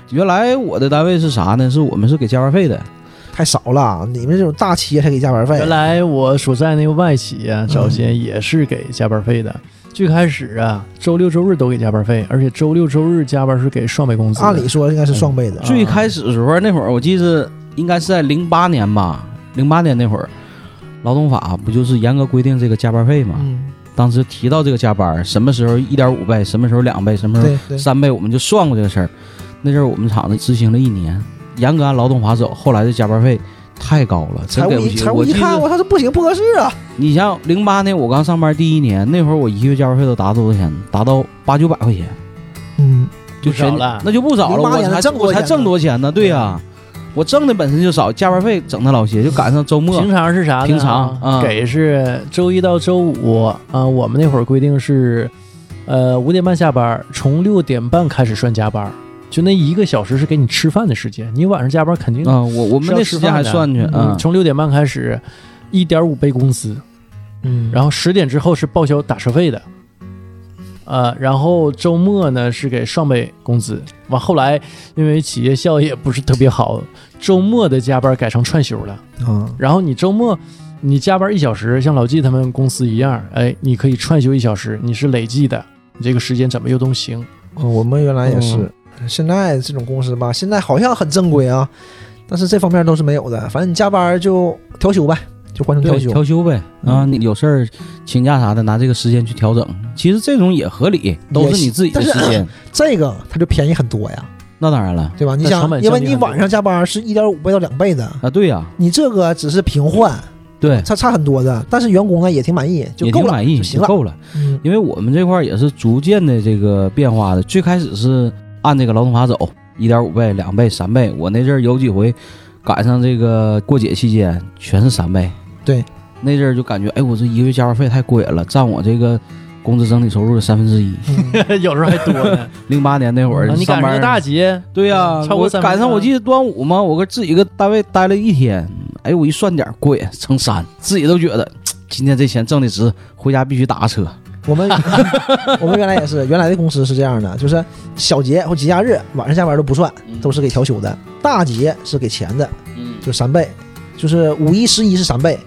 S3: 原来我的单位是啥呢？是我们是给加班费
S2: 啊
S3: 的，
S2: 太少了。你们这种大企业才给加班费
S1: 原，来我所在那个外企啊，早先
S2: 嗯
S1: 也是给加班费的。最开始啊，周六周日都给加班费，而且周六周日加班是给双倍工资的。
S2: 按理说应该是双倍的
S1: 嗯。
S3: 最开始的时候那会儿，我记得应该是在零八年吧，零八年那会儿，劳动法不就是严格规定这个加班费吗？
S2: 嗯，
S3: 当时提到这个加班儿，什么时候一点五倍，什么时候两倍，什么时
S2: 嗯
S3: 候
S2: 对对，
S3: 三倍，我们就算过这个事儿。那阵儿我们厂子执行了一年，严格按劳动法走，后来的加班费太高了，
S2: 财
S3: 真
S2: 务
S3: 给不
S2: 一
S3: 起。
S2: 财务
S3: 我
S2: 一
S3: 记
S2: 看，
S3: 得
S2: 我操，这不行，不合适啊！
S3: 你像零八年我刚上班第一年，那会儿我一个月加班费都达多少钱？达到八九百块钱，
S2: 嗯，
S3: 就
S1: 不少
S3: 全
S1: 了
S3: 那就不少了。
S2: 08
S3: 我
S2: 年
S3: 才
S2: 挣多
S3: 我才
S2: 钱
S3: 挣
S2: 呢啊
S3: 多钱呢，对呀、我挣的本身就少，加班费整的老些，就赶上周末
S1: 平常是啥呢？啊
S3: 平常嗯
S1: 给是周一到周五啊、我们那会儿规定是，呃，五点半下班，从六点半开始算加班，就那一个小时是给你吃饭的时间。你晚上加班肯定
S3: 啊，我我
S1: 是
S3: 们
S1: 要
S3: 那
S1: 吃
S3: 时间还
S1: 饭的
S3: 算去啊
S1: 嗯，，从六点半开始，一点五倍工资，
S2: 嗯
S1: 然后十点之后是报销打车费的，呃，然后周末呢是给双倍工资。完后来因为企业效益也不是特别好，周末的加班改成串休了。
S3: 嗯
S2: 啊，
S1: 然后你周末你加班一小时，像老纪他们公司一样，哎，你可以串休一小时，你是累计的，你这个时间怎么又都行。
S2: 呃我们原来也是，
S3: 嗯
S2: 现在这种公司吧，现在好像很正规啊，但是这方面都是没有的。反正你加班就调休呗，就换成调
S3: 对，
S2: 休。嗯
S3: 调休呗啊，你有事儿请假啥的，拿这个时间去调整。其实这种也合理，都
S2: 也
S3: 是你
S2: 是
S3: 自己的
S2: 但是
S3: 时间。
S2: 这个它就便宜很多呀，
S3: 那当然了
S2: 对吧？你
S1: 那成
S2: 想
S1: 本，
S2: 因为
S1: 降低
S2: 你
S1: 很多
S2: 晚上加班是一点五倍到两倍的，
S3: 啊，对呀、
S2: 你这个只是平换，
S3: 对，
S2: 差差很多的。但是员工呢也挺满意，就
S3: 也
S2: 够
S3: 挺
S2: 了。
S3: 满意，
S2: 就行
S3: 就
S2: 了
S3: 够了。
S2: 嗯
S3: 因为我们这块儿也是逐渐的这个变化的，最开始是按这个劳动法走，一点五倍、两倍、三倍。我那阵儿有几回赶上这个过节期间，全是三倍。
S2: 对，
S3: 那阵儿就感觉，哎，我这一个月加班费太过瘾了，占我这个工资整体收入的三分之一。
S2: 嗯
S1: 有时候还多呢。
S3: 零八年那会儿
S1: 啊
S3: 上班，
S1: 你赶上个大节，
S3: 对呀、
S1: 嗯超过
S3: 我
S1: 三分
S3: 赶上
S1: 之二
S3: 我记得端午嘛，我跟自己搁单位待了一天，哎，我一算点儿，过瘾乘三，自己都觉得嘖今天这钱挣的值，回家必须打个车。
S2: 我 们我们原来也是，原来的公司是这样的，就是小节或节假日晚上加班都不算，都是给调休的；大节是给钱的，
S3: 嗯
S2: 就三倍，就是五一、十一是三倍，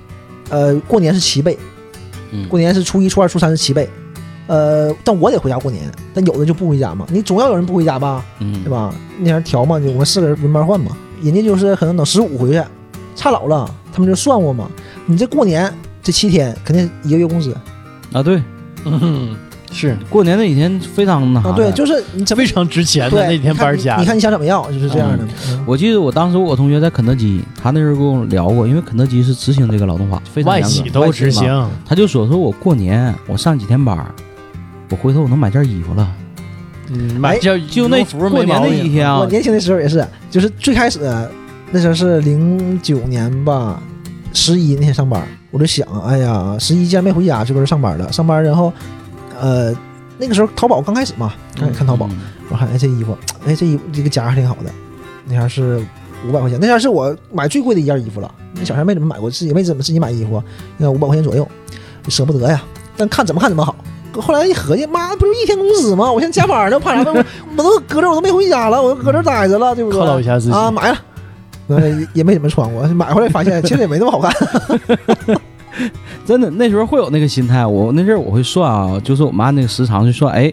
S2: 呃，过年是七倍，
S3: 嗯
S2: 过年是初一、初二、初三是七倍，呃，但我得回家过年，但有的就不回家嘛，你总要有人不回家吧，
S3: 嗯，
S2: 对？吧？那天调嘛，就我们四个人轮班换嘛，人家就是可能等十五回去，差老了，他们就算过嘛，你这过年这七天肯定一个月工资
S3: 啊，对，
S1: 嗯，是
S3: 过年那几天非常那啥
S2: 啊，
S3: 的
S2: 对，就是你怎么
S1: 非常值钱的
S2: 对
S1: 那天
S2: 你看
S1: 班
S2: 你
S1: 加
S2: 你看你想怎么样，就是这样的。嗯
S3: 我记得我当时我同学在肯德基，他那时候跟我聊过，因为肯德基是执行这个劳动法，非常
S1: 外
S3: 严格
S1: 企都执，
S3: 外嘛
S1: 行，
S3: 他就说说我过年我上几天班儿，我回头我能买件衣服了。
S1: 嗯，买
S2: 哎
S1: 叫
S3: 就那
S1: 羽绒服
S3: 过
S1: 没
S3: 年
S1: 毛
S3: 那
S1: 病
S3: 一。天啊
S2: 我，年轻的时候也是，就是最开始那时候是零九年吧，十一那天上班，我就想，哎呀，十一既然没回家，这不是上班了，上班然后，呃，那个时候淘宝刚开始嘛，看看淘宝，
S3: 嗯
S2: 我看哎这衣服，哎这衣服这个夹还挺好的，那件是五百块钱，那件是我买最贵的一件衣服了，那小时候没怎么买过，自己没怎么自己买衣服，那五百块钱左右，舍不得呀，但看怎么看怎么好。后来一合计，妈不就一天工资吗？我现在加班呢，怕啥？我我都搁这儿我都没回家了，我都搁这儿待着了，对不对？
S1: 犒劳一下自己
S2: 啊，买了。呃也也没怎么穿过，买回来发现其实也没那么 好看。
S3: 真的那时候会有那个心态。我那阵儿我会算啊，就是我们按那个时长去算，哎，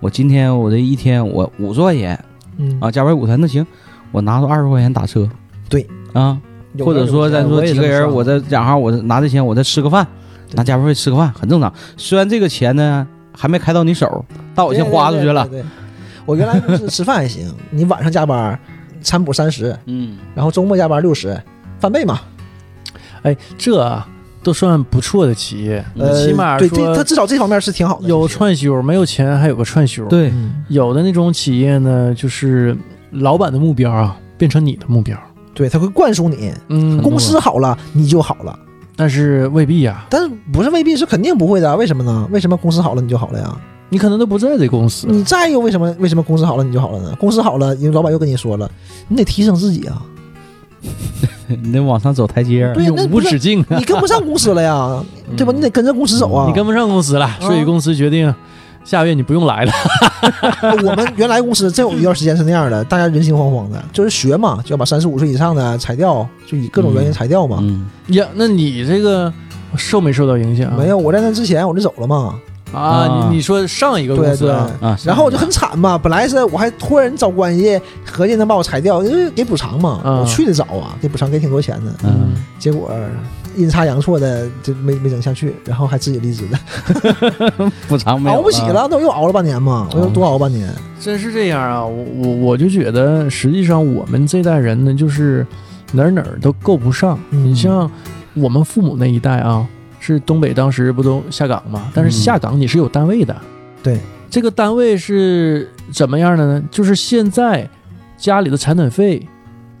S3: 我今天我这一天我五十块钱
S2: 嗯
S3: 啊，加班午餐那行，我拿出二十块钱打车，
S2: 对
S3: 啊，
S2: 有
S3: 或者说
S2: 的有
S3: 咱
S2: 的
S3: 说
S2: 我也
S3: 几
S2: 这么
S3: 个人，
S2: 算
S3: 我再讲哈，我拿这钱我再吃个饭，
S2: 对
S3: 拿加班费吃个饭很正常。虽然这个钱呢还没开到你手，但我先花出去了。
S2: 对对对对我原来公司吃饭还行，你晚上加班，餐补三十，
S3: 嗯，
S2: 然后周末加班六十，翻倍嘛。
S1: 哎，这啊都算不错的企业，
S2: 呃，
S1: 起码
S2: 对
S1: 说
S2: 这他至少这方面是挺好的。
S1: 有
S2: 就是
S1: 串休，没有钱还有个串休。，
S3: 对，
S2: 嗯
S1: 有的那种企业呢，就是老板的目标啊，变成你的目标。
S2: 对，他会灌输你，
S1: 嗯
S3: 很多
S2: 公司好了你就好了，
S1: 但是未必呀、
S2: 但是不是未必是肯定不会的。为什么呢？为什么公司好了你就好了呀？
S1: 你可能都不在这公司。
S2: 你再又为什么为什么公司好了你就好了呢？公司好了，因为老板又跟你说了，你得提升自 己啊，
S3: 你得往上走台阶儿。
S2: 对
S1: 永
S2: 那
S1: 无
S2: 不是
S1: 止境啊，
S2: 你跟不上公司了呀，对吧？你得跟着公司走啊。
S1: 嗯你跟不上公司了，所以公司决定下个月你不用来了。
S2: 啊我们原来公司真有一段时间是那 样的，大家人心惶惶的，就是学嘛，就要把三十五岁以上的裁掉，就以各种原因裁掉嘛。
S3: 嗯，
S1: 呀，那你这个受没受到影响？嗯
S2: 没有，我在那之前我就走了嘛，
S1: 啊，
S3: 啊
S1: 你你说上一个公
S2: 对
S1: 司
S2: 对。
S1: 啊，
S3: 啊，
S2: 然后我就很惨嘛，本来是我还托人找关系，合计能把我裁掉，因为给补偿嘛，
S1: 嗯
S2: 我去的早啊，给补偿给挺多钱的，
S3: 嗯，
S2: 结果呃阴差阳错的就没没整下去，然后还自己离职了，
S3: 补偿没有啊
S2: 熬不起了，那我又熬了半年嘛，我又多熬半年，
S1: 真是这样啊！我我我就觉得，实际上我们这代人呢，就是哪儿哪儿都够不上。
S2: 嗯
S1: 你像我们父母那一代啊，是东北当时不都下岗嘛？但是
S3: 嗯
S1: 下岗你是有单位的，
S2: 对，
S1: 这个单位是怎么样的呢？就是现在家里的产产费，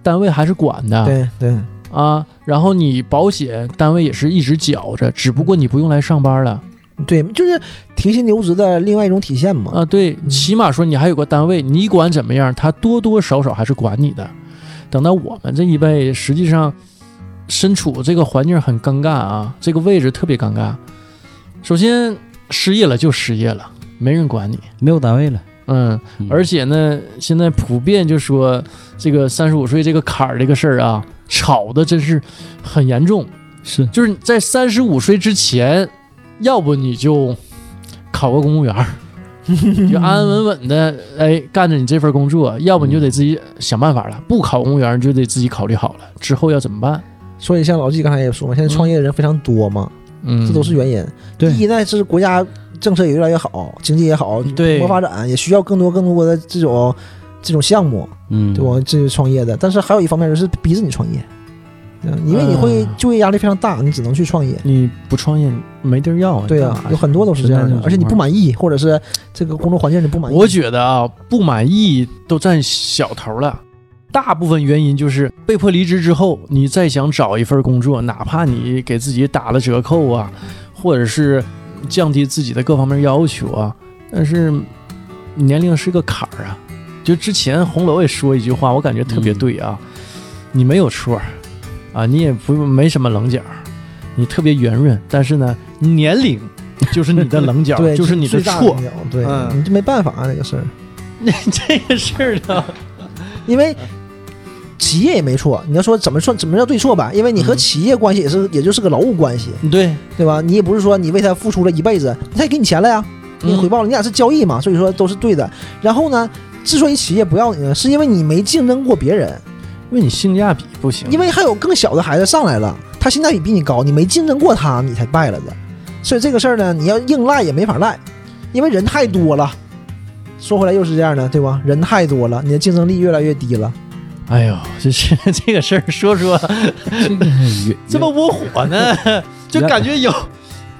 S1: 单位还是管的，
S2: 对对，
S1: 啊，然后你保险单位也是一直缴着，只不过你不用来上班了
S2: 对，就是停薪留职的另外一种体现嘛。
S1: 啊。对，起码说你还有个单位，你管怎么样，他多多少少还是管你的。等到我们这一辈，实际上身处这个环境很尴尬啊，这个位置特别尴尬。首先失业了就失业了，没人管你。
S3: 没有单位了，
S1: 嗯，
S3: 嗯
S1: 而且呢，现在普遍就说这个三十五岁这个坎儿这个事儿啊，吵的真是很严重。
S3: 是
S1: 就是在三十五岁之前，要不你就考个公务员儿，你就安安稳稳的哎干着你这份工作；要不你就得自己想办法了。不考公务员儿，你就得自己考虑好了之后要怎么办。
S2: 所以像老纪刚才也说嘛，现在创业的人非常多嘛，
S1: 嗯，
S2: 这都是原因。
S3: 对
S2: 第一呢是国家政策也越来越好，经济也好，
S1: 嗯对
S2: 中国发展也需要更多更多的这种这种项目，
S3: 嗯，
S2: 对吧？这是创业的，但是还有一方面就是逼着你创业，嗯因为你会
S1: 嗯
S2: 就业压力非常大，你只能去创业。
S1: 你不创业没地儿要啊。
S2: 对
S1: 你干
S2: 啊
S1: 嘛，去
S2: 有很多都是这样
S1: 现
S2: 的
S1: 在，
S2: 而且你不
S1: 情况
S2: 满意，或者是这个工作环境你不满意，
S1: 我觉得啊，不满意都占小头了。大部分原因就是被迫离职之后，你再想找一份工作，哪怕你给自己打了折扣啊，或者是降低自己的各方面要求啊，但是年龄是个坎儿啊。就之前红楼也说一句话，我感觉特别对啊，你没有错儿啊，你也不没什么棱角儿，你特别圆润，但是呢，年龄就是你的棱角，
S2: 对，
S1: 就是你的
S2: 最大
S1: 错
S2: 一，条，对，
S1: 嗯
S2: 你就没办法啊这个事儿，
S1: 那 这个事儿呢？
S2: 因为。企业也没错，你要说怎么算怎么叫对错吧？因为你和
S1: 嗯
S2: 企业关系也是，也就是个劳务关系，
S1: 对，
S2: 对吧？你也不是说你为他付出了一辈子，他也给你钱了呀，给
S1: 嗯
S2: 你回报了，你俩是交易嘛，所以说都是对的。然后呢，之所以企业不要你呢，是因为你没竞争过别人，
S1: 因为你性价比不行，
S2: 因为还有更小的孩子上来了，他性价比比你高，你没竞争过他，你才败了的。所以这个事儿呢，你要硬赖也没法赖，因为人太多了。说回来又是这样的，对吧？人太多了，你的竞争力越来越低了。
S1: 哎呦，这是 这个事儿，说说
S3: 这个原
S1: 这么窝火呢， 就感觉有。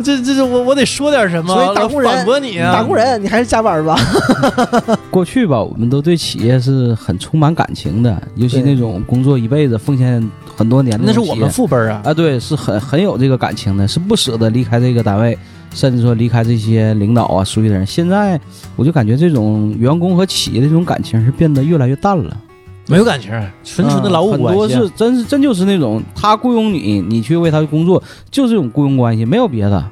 S1: 这这这我我得说点什么，
S2: 所以打
S1: 老
S2: 工人
S1: 反驳你
S3: 嗯
S1: 啊！
S2: 打工人，你还是加班吧。
S3: 过去吧，我们都对企业是很充满感情的，尤其
S2: 对
S3: 那种工作一辈子、奉献很多年的
S1: 那
S3: 那
S1: 是
S3: 种企
S1: 我
S3: 业
S1: 们父辈儿啊，
S3: 啊，对，是很很有这个感情的，是不舍得离开这个单位，甚至说离开这些领导啊、属于的人。现在我就感觉这种员工和企业的这种感情是变得越来越淡了，嗯
S1: 没有感情，纯纯的劳务
S3: 很
S1: 关
S3: 多
S1: 系。啊
S3: 是真是真就是那种他雇佣你，你去为他工作，就这种雇佣关系，没有别的。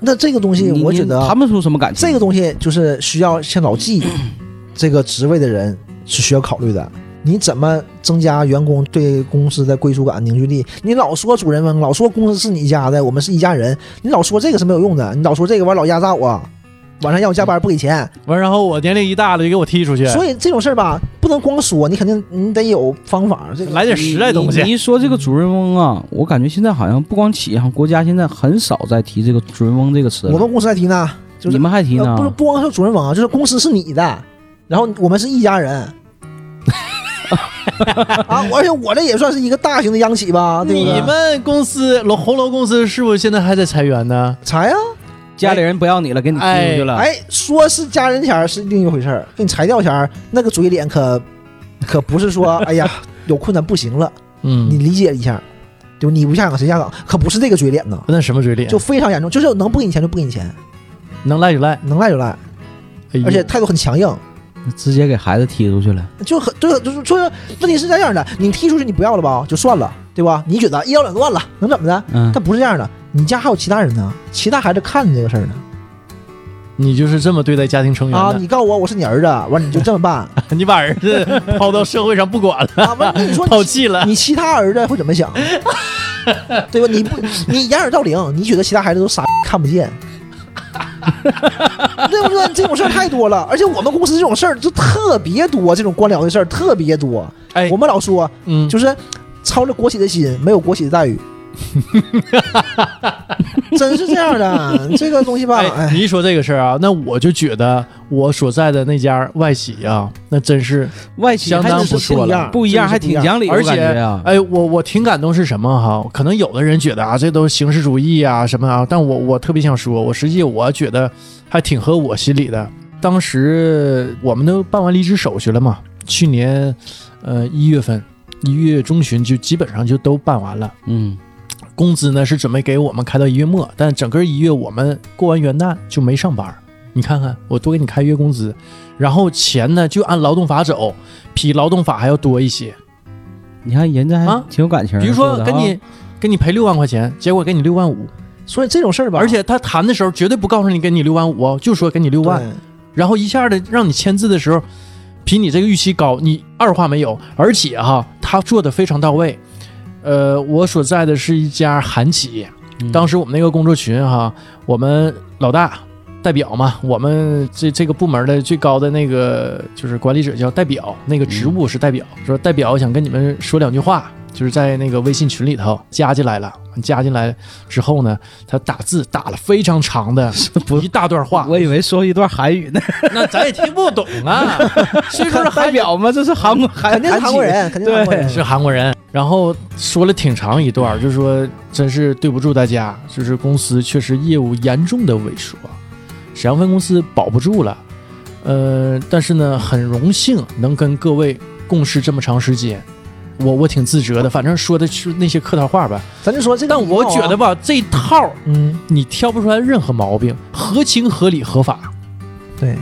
S2: 那这个东西，
S3: 你
S2: 我觉
S3: 你
S2: 得啊
S3: 谈不出什么感情。
S2: 这个东西就是需要像老纪这个职位的人是需要考虑的。你怎么增加员工对公司的归属感、凝聚力？你老说主人翁，老说公司是你家的，我们是一家人，你老说这个是没有用的，你老说这个完老压榨我，晚上让我加班不给钱，
S1: 完，然后我年龄一大了，就给我踢出去，
S2: 所以这种事儿吧，不能光说，你肯定你得有方法。这个
S1: 来点实在东
S3: 你你
S1: 西。
S3: 一说这个主人翁啊，我感觉现在好像不光企业，好像国家现在很少在提这个主人翁这个词了。
S2: 我们公司还提呢，就是
S3: 你们还提呢？
S2: 呃不是不光是主人翁啊，就是公司是你的，然后我们是一家人。啊，我而且我这也算是一个大型的央企吧，对不对？
S1: 你们公司龙红楼公司是不是现在还在裁员呢？
S2: 裁啊！
S3: 家里人不要你了，给你踢出
S1: 啊
S3: 去了。
S2: 哎，说是加人钱儿是另一回事儿，给你裁掉钱儿，那个嘴脸可可不是说哎呀有困难不行了，
S1: 嗯
S2: 你，理解一下，就你不下岗谁下岗，可不是这个嘴脸呐，
S1: 那什么嘴脸？
S2: 就非常严重，就是能不给你钱就不给你钱，
S1: 能赖就赖，
S2: 能赖就赖，
S1: 哎呦
S2: 而且态度很强硬，
S3: 直接给孩子踢出去了。
S2: 就很对，就是说问题是这样的，你踢出去你不要了吧，就算了，对吧？你觉得一刀两断了，能怎么的？
S3: 嗯，
S2: 但不是这样的，你家还有其他人呢，其他孩子看你这个事儿呢
S1: 你就是这么对待家庭成员
S2: 啊！
S1: 的，
S2: 你告诉我我是你儿子，完你就这么办
S1: 你把儿子抛到社会上不 管了，
S2: 啊？完那你说
S1: 抛弃了。
S2: 你其他儿子会怎么想？对吧？你不，你掩耳盗铃，你觉得其他孩子都傻看不见，对不对？这种事儿太多了，而且我们公司这种事儿就特别多，这种官僚的事儿特别多。
S1: 哎
S2: 我，们老说
S1: 嗯，
S2: 就是操着国企的心，没有国企的 待遇，真是这 样的。这个东西吧，
S1: 哎，
S2: 哎，
S1: 你一说这个事儿啊，那我就觉得我所在的那家外企啊，那真是，
S3: 外企
S1: 相
S3: 还
S1: 当
S3: 是
S1: 不错
S2: 一
S1: 了
S2: 样，
S3: 不一样，
S2: 真
S3: 还
S2: 是不一
S3: 挺
S2: 样
S3: 讲理，
S1: 而
S3: 我感
S1: 且
S3: 觉呀，
S1: 哎，我我挺感动是什么哈？可能有的人觉得啊，这都形式主义啊什么啊，但我我特别想说，我实际我觉得还挺合我心里的。当时我们都办完离职手续了嘛，去年呃一月份一月中旬就基本上就都办完了。
S3: 嗯，
S1: 工资呢是准备给我们开到一月末，但整个一月我们过完元旦就没上班儿。你看看，我多给你开月工资，然后钱呢就按劳动法走，比劳动法还要多一些。
S3: 你看人家还
S1: 啊
S3: 挺有感情儿的，
S1: 比如
S3: 做
S1: 说
S3: 得
S1: 跟
S3: 啊
S1: 你跟你赔六万块钱，结果给你六万五，
S2: 所以这种事儿吧，
S1: 而且他谈的时候绝对不告诉你给你六万五哦，就说给你六
S2: 对
S1: 万，然后一下的让你签字的时候，比你这个预期高，你二话没有，而且哈，他做的非常到位。呃，我所在的是一家韩企，
S3: 嗯
S1: 当时我们那个工作群哈，我们老大代表嘛，我们这这个部门的最高的那个就是管理者叫代表，那个职
S3: 嗯
S1: 务是代表。说代表想跟你们说两句话，就是在那个微信群里头加进来了。加进来之后呢，他打字打了非常长 的一大段话，
S3: 我以为说一段韩语呢，
S1: 那咱也听不懂 啊。虽说是
S3: 代
S1: 韩
S3: 表吗？这是韩国韩
S2: 肯定是韩国
S3: 企
S2: 人，肯定是韩国人。
S1: 是韩国人，然后说了挺长一段，就说真是对不住大家，就是公司确实业务严重的萎缩，沈阳分公司保不住了。呃，但是呢，很荣幸能跟各位共事这么长时间，我我挺自责的。反正说的是那些客套话吧，
S2: 咱就说这个
S1: 但
S2: 礼貌
S1: 我
S2: 啊，
S1: 觉得吧，这套
S2: 嗯，
S1: 你挑不出来任何毛病，合情合理合法。
S2: 对。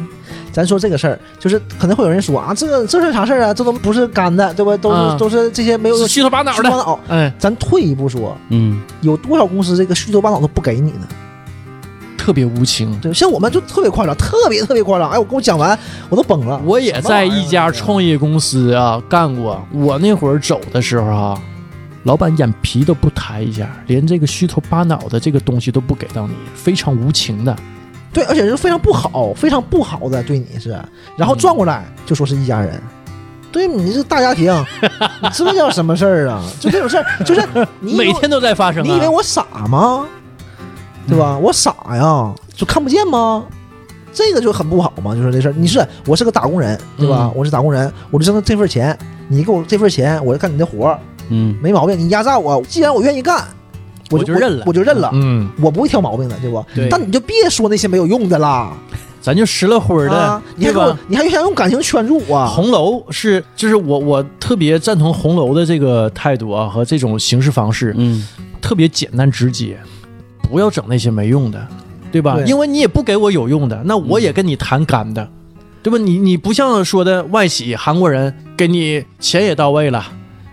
S2: 咱说这个事儿，就是可能会有人说啊，这个这事儿啥事儿啊？这都不是干的，对吧？都是、
S1: 啊
S2: 都是这些没有
S1: 是虚头巴脑
S2: 虚头
S1: 的，
S2: 巴脑。
S1: 嗯，
S2: 咱退一步说，
S3: 嗯，
S2: 有多少公司这个虚头巴脑都不给你呢？
S1: 特别无情。
S2: 对，像我们就特别夸张，特别特别夸张。哎，我跟我讲完，我都崩了。
S1: 我也在一家创业公司啊干过，我那会儿走的时候啊，老板眼皮都不抬一下，连这个虚头巴脑的这个东西都不给到你，非常无情的。
S2: 对，而且是非常不好，非常不好的对你是，然后转过来就说是一家人。对你这大家庭，你知不知道什么事儿啊？就这种事儿，就是你以为
S1: 每天都在发生、啊。
S2: 你以为我傻吗？对吧？我傻呀，就看不见吗？这个就很不好嘛，就是这事儿。你是我是个打工人，对吧？
S1: 嗯
S2: 我是打工人，我就挣这份钱，你给我这份钱，我就干你的活儿，
S3: 嗯，
S2: 没毛病。你压榨我，既然我愿意干，我
S1: 我就认了
S2: 我就认了，
S1: 嗯，
S2: 我不会挑毛病的，对不？
S1: 对，
S2: 但你就别说那些没有用的啦，
S1: 咱就实了灰儿的，
S2: 啊，你还
S1: 对
S2: 给我啊
S1: 吧？，
S2: 你还想用感情圈住我？
S1: 红楼是，就是我我特别赞同红楼的这个态度啊和这种行事方式，
S3: 嗯，
S1: 特别简单直接，不要整那些没用的，对吧？
S2: 对
S1: 因为你也不给我有用的，那我也跟你谈干的，对吧？你你不像说的外企韩国人给你钱也到位了，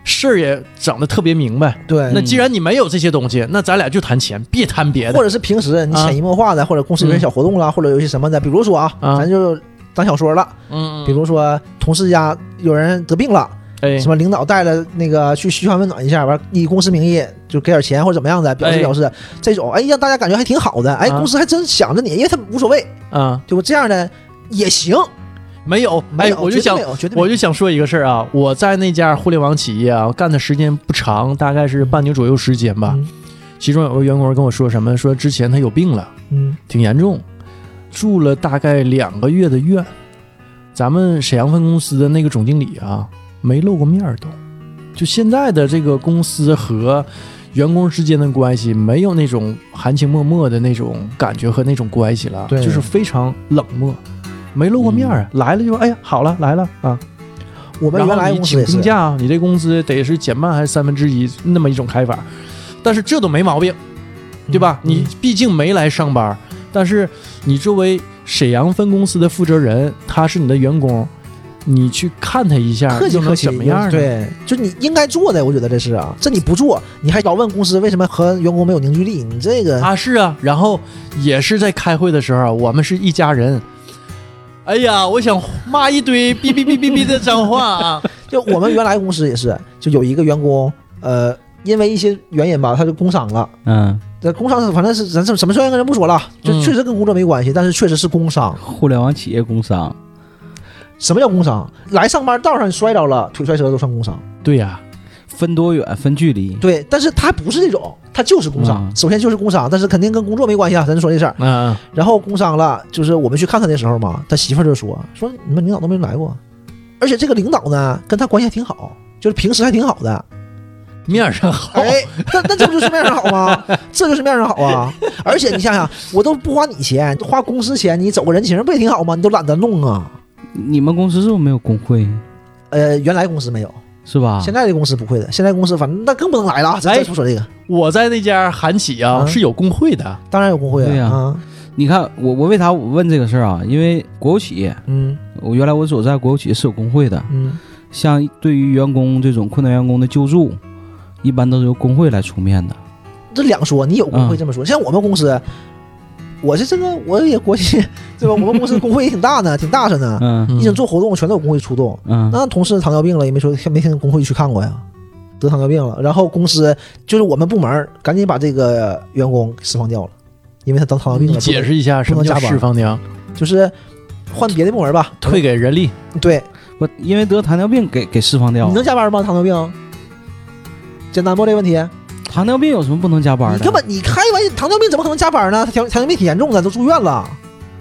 S1: 事儿也整的特别明白。
S2: 对，
S1: 那既然你没有这些东西，那咱俩就谈钱，别谈别
S2: 或
S1: 的。嗯
S2: 者是平时你潜移默化的，或者公司有些小活动啦，或者有些什么的，比如说啊，
S1: 啊
S2: 咱就当小说了，
S1: 嗯，
S2: 比如说啊同事家有人得病了，
S1: 哎
S2: 什，么领导带了那个去嘘寒问暖一下，完了以公司名义就给点钱或者怎么样的，表示
S1: 哎
S2: 表示这种，哎，让大家感觉还挺好的，哎，
S1: 啊
S2: 公司还真想着你，因为他无所谓，
S1: 啊，
S2: 对吧？这样的也行，
S1: 没有，
S2: 没
S1: 哎，
S2: 有，
S1: 我就
S2: 绝对
S1: 想
S2: 没。有，绝对没有
S1: 我就想说一个事儿啊，我在那家互联网企业啊干的时间不长，大概是半年左右时间吧。
S2: 嗯
S1: 其中有个员工跟我说什么，说之前他有病了，
S2: 嗯
S1: 挺严重，住了大概两个月的院。咱们沈阳分公司的那个总经理啊，没露过面儿都。就现在的这个公司和员工之间的关系，没有那种含情脉脉的那种感觉和那种关系了，
S2: 对嗯
S1: 就是非常冷漠，没露过面儿啊。来了就哎呀，好了，来了啊。
S2: 我们
S1: 然后
S2: 原来
S1: 你
S2: 公司
S1: 请
S2: 也是
S1: 病，假啊，你这工资得是减半还是三分之一那么一种开法，但是这都没毛病，对吧？
S2: 嗯
S1: 你毕竟没来上班，但是你作为沈阳分公司的负责人，他是你的员工，你去看他一下，
S2: 客
S1: 啊
S2: 气
S1: 又能
S2: 客气，
S1: 怎么样呢？，
S2: 对，就你应该做的，我觉得这是啊，这你不做，你还老问公司为什么和员工没有凝聚力，你这 个
S1: 啊，是啊。然后也是在开会的时候，啊我们是一家人。哎呀，我想骂一堆 哔哔哔哔哔的脏话啊！
S2: 就我们原来公司也是，就有一个员工，呃，因为一些原因吧，他就工伤了。
S3: 嗯，
S2: 这工伤是反正是咱什什么专业跟人不说了，就
S1: 嗯
S2: 确实跟工作没关系，但是确实是工伤。
S3: 互联网企业啊工伤，
S2: 什么叫工伤？来上班道上摔着了，腿摔折了都算工伤。
S1: 对呀、
S3: 分多远，分距离，
S2: 对，但是他不是这种，他就是工伤。
S3: 嗯
S2: 首先就是工伤，但是肯定跟工作没关系啊，咱就说这事儿。
S1: 嗯
S2: 然后工伤了，就是我们去看他的时候嘛，他媳妇儿就说说你们领导都没来过，而且这个领导呢跟他关系还挺好，就是平时还挺好的。
S1: 嗯，面儿上好，
S2: 哎，那那这不就是面上好吗？ 这就是面上好啊！而且你想想，我都不花你钱，花公司钱，你走个人情不也挺好吗？你都懒得弄啊。
S3: 你们公司是不是没有工会？
S2: 呃，原来公司没有，
S3: 是吧？
S2: 现在的公司不会的。现在公司反正那更不能来了，咱
S1: 哎
S2: 咱不说这个，
S1: 我在那家韩企啊、
S2: 嗯
S1: 是有工会的，
S2: 当然有工会
S3: 对呀
S2: 啊。啊
S3: 你看我我为啥我问这个事儿啊？因为国有企业，
S2: 嗯
S3: 我原来我所在国有企业是有工会的，
S2: 嗯，
S3: 像对于员工这种困难员工的救助，一般都是由工会来出面的。
S2: 这两说，你有工会这么说，像我们公司。我这这个我也国企对吧？我们公司工会也挺大呢，挺大声呢。
S3: 嗯
S1: 嗯
S2: 一整做活动全都有工会出动，
S3: 嗯
S2: 那同事糖尿病了也没说没听工会去看过呀，得糖尿病了。然后公司就是我们部门儿赶紧把这个员工释放掉了，因为他得糖尿病
S1: 你
S2: 了。
S1: 解释一下什么
S2: 不
S1: 叫
S2: 能加班
S1: 释放娘，
S2: 不能就是换别的部门吧，
S1: 退给人力，
S2: 对，
S3: 不，因为得糖尿病给给释放掉
S2: 你。能加班吗？糖尿病？简单不？这问题，
S3: 糖尿病有什么不能加班
S2: 你
S3: 的？
S2: 根本你开玩糖尿病怎么可能加班呢？他糖糖尿病挺严重的，都住院了。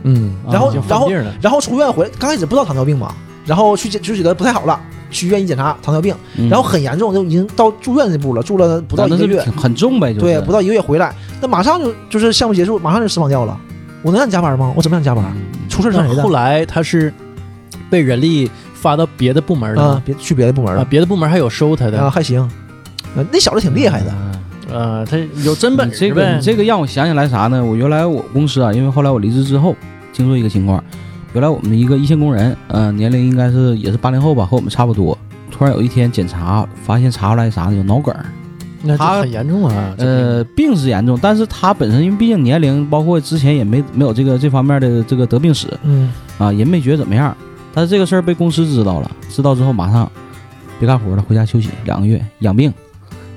S1: 嗯，
S3: 然后
S1: 已经
S2: 然
S1: 犯
S2: 后
S1: 病了，
S2: 然后出院回来，刚开始不知道糖尿病嘛，然后去检就觉得不太好了，去医院一检查糖尿病，
S3: 嗯啊
S2: 然后很严重，就已经到住院那步了，住了不到
S3: 那
S2: 一个
S3: 是
S2: 月，
S3: 挺很重呗，就是
S2: 对，不到一个月回来，那马上就就是项目结束，马上就释放掉了。我能让你加班吗？我怎么让你加
S3: 啊嗯
S2: 班？啊出事儿上谁
S1: 那
S2: 的
S1: 后？来他是被人力发到别的部门了
S2: 啊
S1: 吗，，
S2: 别去别的部门
S1: 啊，
S2: 了
S1: 别的部门还有收他
S2: 啊，
S1: 的，
S2: 还行。啊那小子挺厉害的，
S3: 嗯
S1: 呃，他有真本
S3: 你这
S1: 事
S3: 个
S1: 呗
S3: 你，这个让我想起来啥呢？我原来我公司啊，因为后来我离职之后，听说一个情况，原来我们的一个一线工人，嗯、年龄应该是也是八零后吧，和我们差不多。突然有一天检查，发现查出来啥呢？有脑梗儿。
S1: 那就
S3: 他
S1: 很严重啊，这病
S3: 呃，病是严重，但是他本身因为毕竟年龄，包括之前也没没有这个这方面的这个得病史
S2: 嗯，
S3: 啊，也没觉得怎么样。但是这个事儿被公司知道了，知道之后马上别干活了，回家休息两个月养病，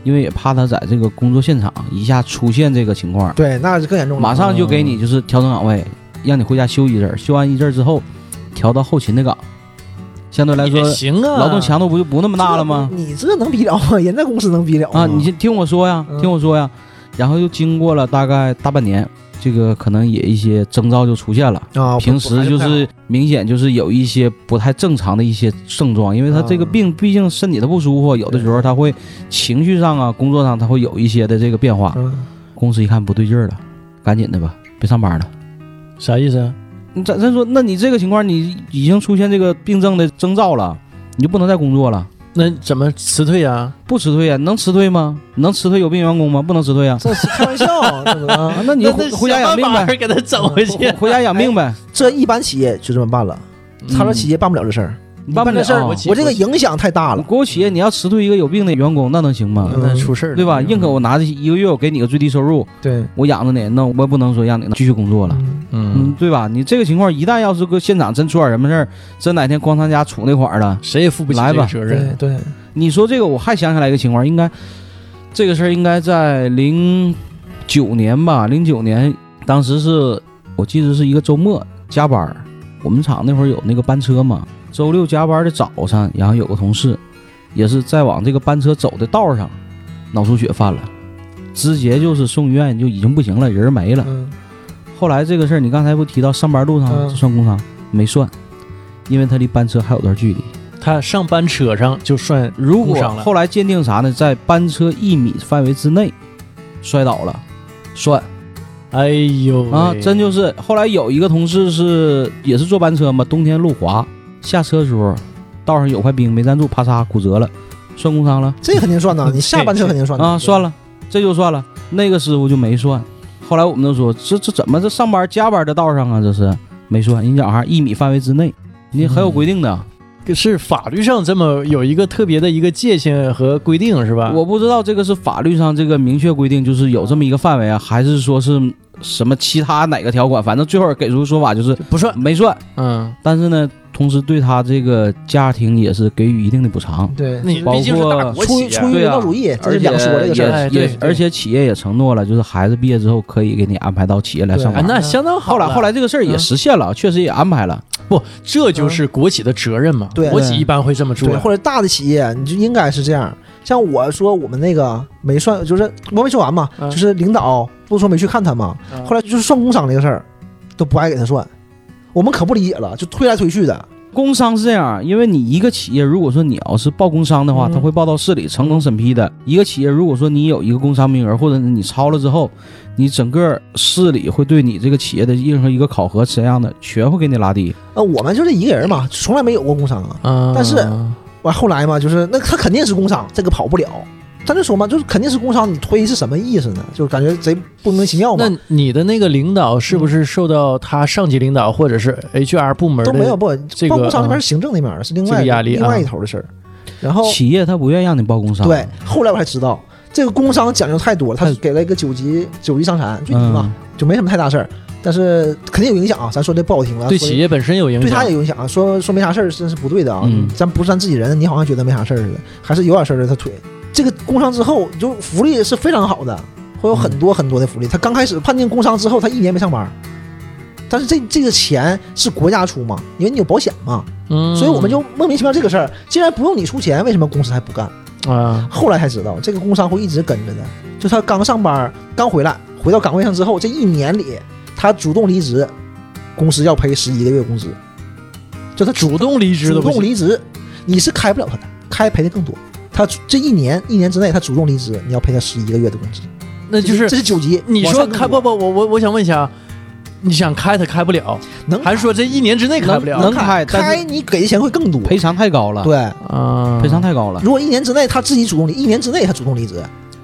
S3: 因为也怕他在这个工作现场一下出现这个情况，
S2: 对，那就
S1: 哦
S2: 更严重了。
S3: 马上就给你就是调整岗位，让你回家休一阵儿，休完一阵儿之后调到后勤的岗，相对来说
S1: 也行啊，
S3: 劳动强度不就不那么大了吗？
S2: 这你这能比了吗？ 人家公司能比了吗
S3: 啊，你先听我说呀，
S2: 嗯
S3: 听我说呀。然后又经过了大概大半年，这个可能也一些征兆就出现了。
S2: 啊，
S3: 平
S2: 不
S3: 时就是明显就是有一些不太正常的一些症状，因为他这个
S2: 啊
S3: 病毕竟身体他不舒服，有的时候他会情绪上啊、工作上他会有一些的这个变化。
S2: 嗯，
S3: 公司一看不对劲儿了，赶紧的吧，别上班了。
S1: 啥意思啊？
S3: 你嗯咱咱说，那你这个情况你已经出现这个病症的征兆了，你就不能再工作了。
S1: 那怎么辞退啊？
S3: 不辞退呀、能辞退吗？能辞退有病员工吗？不能辞退呀、
S2: 这是开玩笑，这不
S3: 啊
S2: 能。
S3: 那你就回回家养病呗，，
S1: 给他整回去。
S3: 回家养病呗。
S2: 这一般企业就这么办了，
S1: 嗯
S2: 他说企业办不了这事儿，
S3: 你办不
S2: 这
S3: 了哦
S2: 事儿，我这个影响太大
S3: 你
S2: 了。
S3: 国有企业你要辞退一个有病的员工，那能行吗？
S2: 嗯
S1: 那出事儿了，
S3: 对吧？宁可我拿着一个月我给你个最低收入，
S2: 对，
S3: 我养着你，那我也不能说让你继续工作了。
S2: 嗯
S3: 嗯，
S1: 嗯，
S3: 对吧？你这个情况一旦要是个现场真出点什么事儿，真哪天光他家杵那块儿了，
S1: 谁也负不起
S3: 来
S1: 这
S3: 吧
S1: 个责
S2: 对
S1: 任。
S2: 对，
S3: 你说这个，我还想起来一个情况，应该这个事儿应该在零九年吧，零九年，当时是我记得是一个周末加班儿，我们厂那会儿有那个班车嘛，周六加班的早上，然后有个同事也是在往这个班车走的道上，脑出血犯了，直接就是送医院就已经不行了，人儿没了。
S2: 嗯
S3: 后来这个事儿，你刚才不提到上班路上
S2: 嗯
S3: 这算工伤？没算，因为他离班车还有段距离。
S1: 他上班车上就算
S3: 如
S1: 误
S3: 果
S1: 伤了
S3: 后来鉴定啥呢，在班车一米范围之内摔倒了，算
S1: 哎呦喂
S3: 啊，真就是后来有一个同事是也是坐班车嘛，冬天路滑，下车的时候道上有块冰没站住，啪嚓骨折了，算工伤了
S2: 这肯定算呐，你下半车肯定算
S3: 啊，算
S2: 了。
S3: 了，这就算了。那个师傅就没算。后来我们都说，这这怎么这上班加班的道上啊，这是没算。人讲哈一米范围之内，你很有规定的。
S1: 是法律上这么有一个特别的一个界限和规定是吧？
S3: 我不知道这个是法律上这个明确规定，就是有这么一个范围啊，还是说是什么其他哪个条款？反正最后给出说法就是
S1: 不算，
S3: 没算。
S1: 嗯
S3: 但是呢，同时对他这个家庭也是给予一定的补偿。
S2: 对，
S1: 你
S3: 包
S1: 毕竟是大
S3: 括
S1: 国
S2: 出于
S1: 企呀
S2: 出于
S3: 对
S2: 人
S3: 啊
S2: 道主义，这
S3: 而
S2: 是
S3: 且
S2: 两说这个事儿。
S1: 哎
S3: 也
S1: 对
S3: 也
S1: 对，
S3: 而且企业也承诺了，就是孩子毕业之后可以给你安排到企业来上
S2: 对
S1: 哎
S3: 班。
S1: 那相当好
S3: 后来
S1: 了
S3: 后来这个事儿也
S1: 嗯
S3: 实现了，确实也安排了。
S1: 不，这就是国企的责任嘛。
S2: 嗯对
S1: 国企一般会这么做
S2: 对，。或者大的企业，你就应该是这样。像我说我们那个没算，就是我没说完嘛，
S1: 嗯
S2: 就是领导不是说没去看他嘛，
S1: 嗯
S2: 后来就是算工伤这个事儿，都不爱给他算，我们可不理解了，就推来推去的。
S3: 工伤是这样，因为你一个企业，如果说你要是报工伤的话，
S2: 嗯
S3: 它会报到市里层层审批的。一个企业，如果说你有一个工伤名额，或者你超了之后，你整个市里会对你这个企业的任何一个考核怎样的，全会给你拉低。
S2: 呃，我们就这一个人嘛，从来没有过工伤啊。
S1: 嗯，
S2: 但是哦
S1: 嗯
S2: 完后来嘛，就是那他肯定是工伤，这个跑不了。咱就说嘛，就是肯定是工伤，你推是什么意思呢？就是感觉贼莫名其妙嘛
S1: 那。你的那个领导是
S2: 嗯
S1: 不是受到他上级领导或者是 HR 部门
S2: 都没有
S1: 的
S2: 不，
S1: 这
S2: 报
S1: 个
S2: 工伤那边
S1: 嗯
S2: 是行政那边儿，是另
S1: 这
S2: 外
S1: 个压力
S2: 另外
S1: 啊
S2: 一头的事儿。然后
S3: 企业他不愿意让你报工伤，
S2: 对，，后来我才知道这个工伤讲究太多了，他给了一个九级九级伤残，最低嘛
S3: 嗯，，
S2: 就没什么太大事儿，但是肯定有影响啊。咱说这不好听了，
S1: 对
S2: 说
S1: 企业本身有影响？
S2: 对他也有影响啊。说说没啥事儿，真是不对的啊。
S3: 嗯
S2: 咱不是咱自己人，你好像觉得没啥事儿似的，还是有点事儿的。他腿这个工伤之后，就福利是非常好的，会有很多很多的福利。他刚开始判定工伤之后，他一年没上班儿。但是这这个钱是国家出嘛，因为你有保险嘛，
S1: 嗯，
S2: 所以我们就莫名其妙这个事儿，既然不用你出钱，为什么公司还不干？
S1: 啊，
S2: 后来才知道，这个工伤会一直跟着的。就他刚上班，刚回来，回到岗位上之后，这一年里，他主动离职，公司要赔十一个月工资。就他
S1: 主动离职
S2: 主
S1: 都不
S2: 动
S1: 行。
S2: 离职，你是开不了他的，开赔的更多。他这一年一年之内，他主动离职，你要赔他十一个月的工资。
S1: 那就是
S2: 这是九级，
S1: 你
S2: 往
S1: 说
S2: 上更
S1: 开不
S2: 多
S1: 不，我我我想问一下，你想开他开不了，
S2: 能
S1: 还是说这一年之内开不了
S3: 能开但是
S2: 开你给的钱会更多。
S3: 嗯赔偿太高了，
S2: 对，
S1: 啊？
S3: 赔偿太高了。
S2: 如果一年之内他自己主动离，一年之内他主动离职，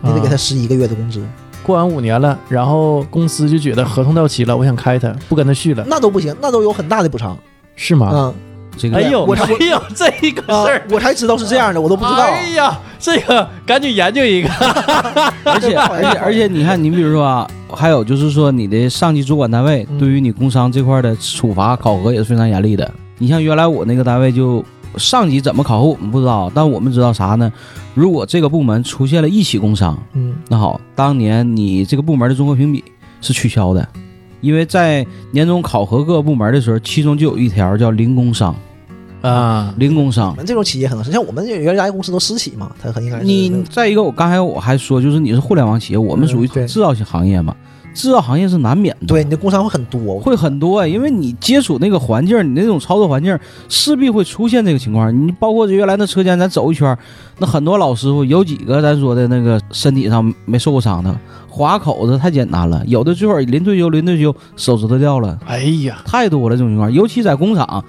S2: 你得给他
S1: 啊
S2: 十一个月的工资。
S1: 过完五年了，然后公司就觉得合同到期了，我想开他，不跟他续了，
S2: 那都不行，那都有很大的补偿
S1: 是吗？
S2: 啊！
S3: 这个
S1: 哎呦，
S2: 我
S1: 哎呦， 这个
S2: 啊
S1: 事儿，，
S2: 我才知道是这样的，我都不知道。
S1: 哎呀，这个赶紧研究一个。
S3: 而 且而且而且，你看，你比如说啊，还有就是说，你的上级主管单位
S2: 嗯
S3: 对于你工伤这块的处罚考核也是非常严厉的。你像原来我那个单位就。上级怎么考核我们不知道，但我们知道啥呢？如果这个部门出现了一起工伤，
S2: 嗯，
S3: 那好，当年你这个部门的综合评比是取消的，因为在年终考核各个部门的时候，其中就有一条叫零工伤，
S1: 啊，
S3: 零工伤
S2: 我。们这种企业可能是像我们原来公司都私企嘛，他很应该是
S3: 你再一个，我刚才我还说，就是你是互联网企业，我们属于
S2: 嗯对
S3: 制造型行业嘛，制造行业是难免的，
S2: 对，你的工伤会很多，
S3: 会很多，啊因为你接触那个环境，你那种操作环境势必会出现这个情况。你包括原来那车间，咱走一圈，那很多老师傅有几个咱说的那个身体上没受过伤的，划口子太简单了，有的最后临退休临退休手指头掉了，
S1: 哎呀，
S3: 太多了这种情况，尤其在工厂。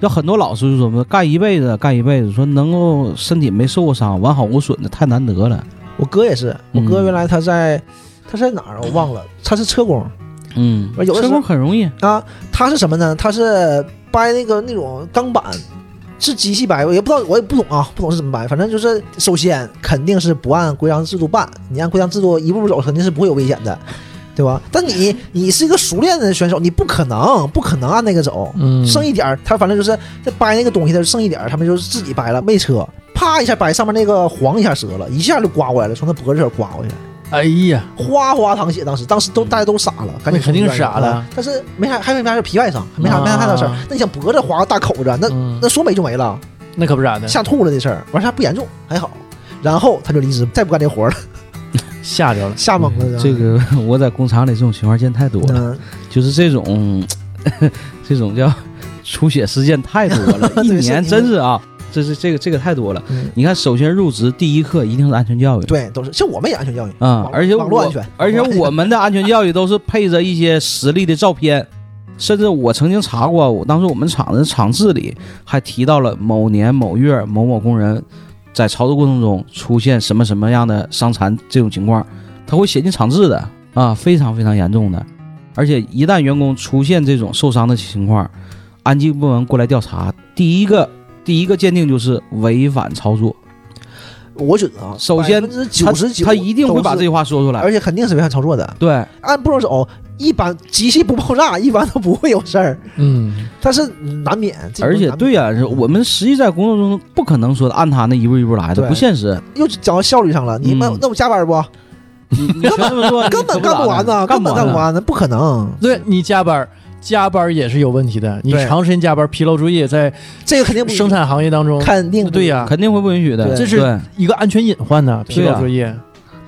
S3: 有很多老师就说嘛，干一辈子，干一辈子，说能够身体没受过伤、完好无损的太难得了。
S2: 我哥也是，我哥
S3: 嗯
S2: 原来他在、他在哪儿啊我忘了，他是车工
S3: 嗯，
S2: 而有的时
S3: 车
S2: 候
S3: 工很容易，
S2: 啊，他是什么呢？他是掰那个那种钢板。是机器掰，我也不知道，我也不懂啊，不懂是怎么掰。反正就是，首先肯定是不按规章制度办，你按规章制度一步步走，肯定是不会有危险的，对吧？但你你是一个熟练的选手，你不可能不可能按那个走，
S1: 嗯，
S2: 剩一点儿，他反正就是在掰那个东西的剩一点儿，他们就是自己掰了，没车，啪一下掰上面那个黄一下折了，一下就刮过来了，从他脖子这儿刮过去，
S1: 哎呀，
S2: 哗哗淌血。当时，当时都大家都傻了，赶紧
S1: 那肯定
S2: 送医院
S1: 傻了
S2: 啊但是没啥，还没啥事儿，皮外伤，没啥没啥太大事儿
S1: 啊。
S2: 那你想脖子划个大口子，那
S1: 嗯
S2: 那说没就没了，
S1: 那可不咋的，
S2: 吓吐了这事儿，完事儿还不严重，还好。然后他就离职，再不干这活儿了，
S1: 吓着了。
S2: 吓懵了。
S3: 这，个 我在工厂里这种情况见太多了。
S2: 嗯，
S3: 就是这种， 这种叫 出血事件太多 了，
S2: 对
S3: 一年
S2: 是
S3: 真是啊，这是这个这个太多了。
S2: 嗯
S3: 你看，首先入职第一课一定是安全教育，
S2: 对，都是像我们也安全教育
S3: 啊、
S2: 网
S3: 而且
S2: 网络
S3: 我
S2: 安全，
S3: 而且
S2: 网络安全
S3: 我们的安全教育都是配着一些实例的照片，甚至我曾经查过，我当时我们厂子厂志里还提到了某年某月某某工人在操作过程中出现什么什么样的伤残这种情况，他会写进厂志的啊，非常非常严重的。而且一旦员工出现这种受伤的情况，安监部门过来调查，第一个第一个鉴定就是违反操作，
S2: 我觉得啊，
S3: 首先
S2: 九十九
S3: 他一定会把这句话说出来，
S2: 而且肯定是违反操作的。
S3: 对。
S2: 按步骤走，一般机器不爆炸，一 般都不会有事儿，
S1: 嗯，
S2: 但是难免。这种
S3: 而且
S2: 难免
S3: 对呀、是我们实际在工作中不可能说按他那一步一步来的，
S2: 对
S3: 不 现实。
S2: 又讲到效率上了，你们
S3: 嗯
S2: 那我加 班不？
S3: 你你全这么 做，
S2: 根本
S3: 你可
S2: 干不完
S3: 呢
S2: 呢，，根本干不
S3: 不。
S2: 完呢，不可能，
S1: 对你加班儿，加班儿也是有问题的。你
S2: 对
S1: 长时间加班儿，疲劳注意在
S2: 这个肯定不
S1: 生产行业当中，
S2: 肯定不
S1: 对呀、
S3: 肯定会不允许的，
S2: 对
S1: 这是
S3: 对
S1: 一个安全隐患呐、
S2: 啊
S1: 疲
S3: 对
S1: 劳
S3: 呀
S1: 作业。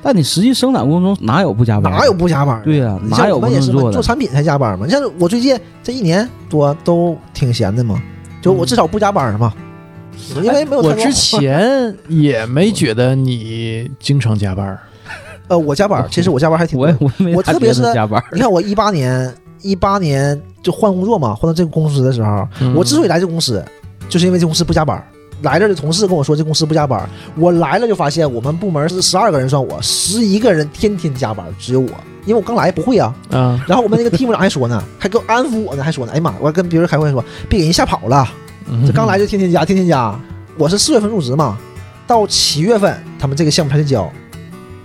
S3: 但你实际生产过程中哪有不加班？
S2: 哪有？不加班？
S3: 对呀、
S2: 你
S3: 哪
S2: 像
S3: 有
S2: 我
S3: 不
S2: 们
S3: 这
S2: 也是
S3: 么
S2: 嘛
S3: 做的
S2: 做？产品才加班嘛。你像我最近这一年多都挺闲的嘛，就
S3: 嗯
S2: 我至少不加班嘛，因
S3: 哎
S2: 为没有太
S1: 哎我
S2: 多
S1: 之前也没觉得你经常加班儿，
S2: 呃我加班，其实我加班还挺多
S3: 我
S2: 的
S3: 也我也没
S2: 我
S3: 咋
S2: 特别
S3: 觉得
S2: 是
S3: 加班，
S2: 你看我一八年一八年就换工作嘛，换到这个公司的时候，
S1: 嗯
S2: 我之所以来这公司，就是因为这公司不加班。来这儿的同事跟我说，这公司不加班。我来了就发现，我们部门是十二个人算我，十一个人天天加班，只有我，因为我刚来不会啊。
S1: 啊，
S2: 然后我们那个 team 长还说呢，还给我安抚我呢，还说呢，哎呀妈，我还跟别人开会说，别给人吓跑了，
S1: 嗯
S2: 这刚来就天天加，天天加。我是四月份入职嘛，到七月份他们这个项目才得交，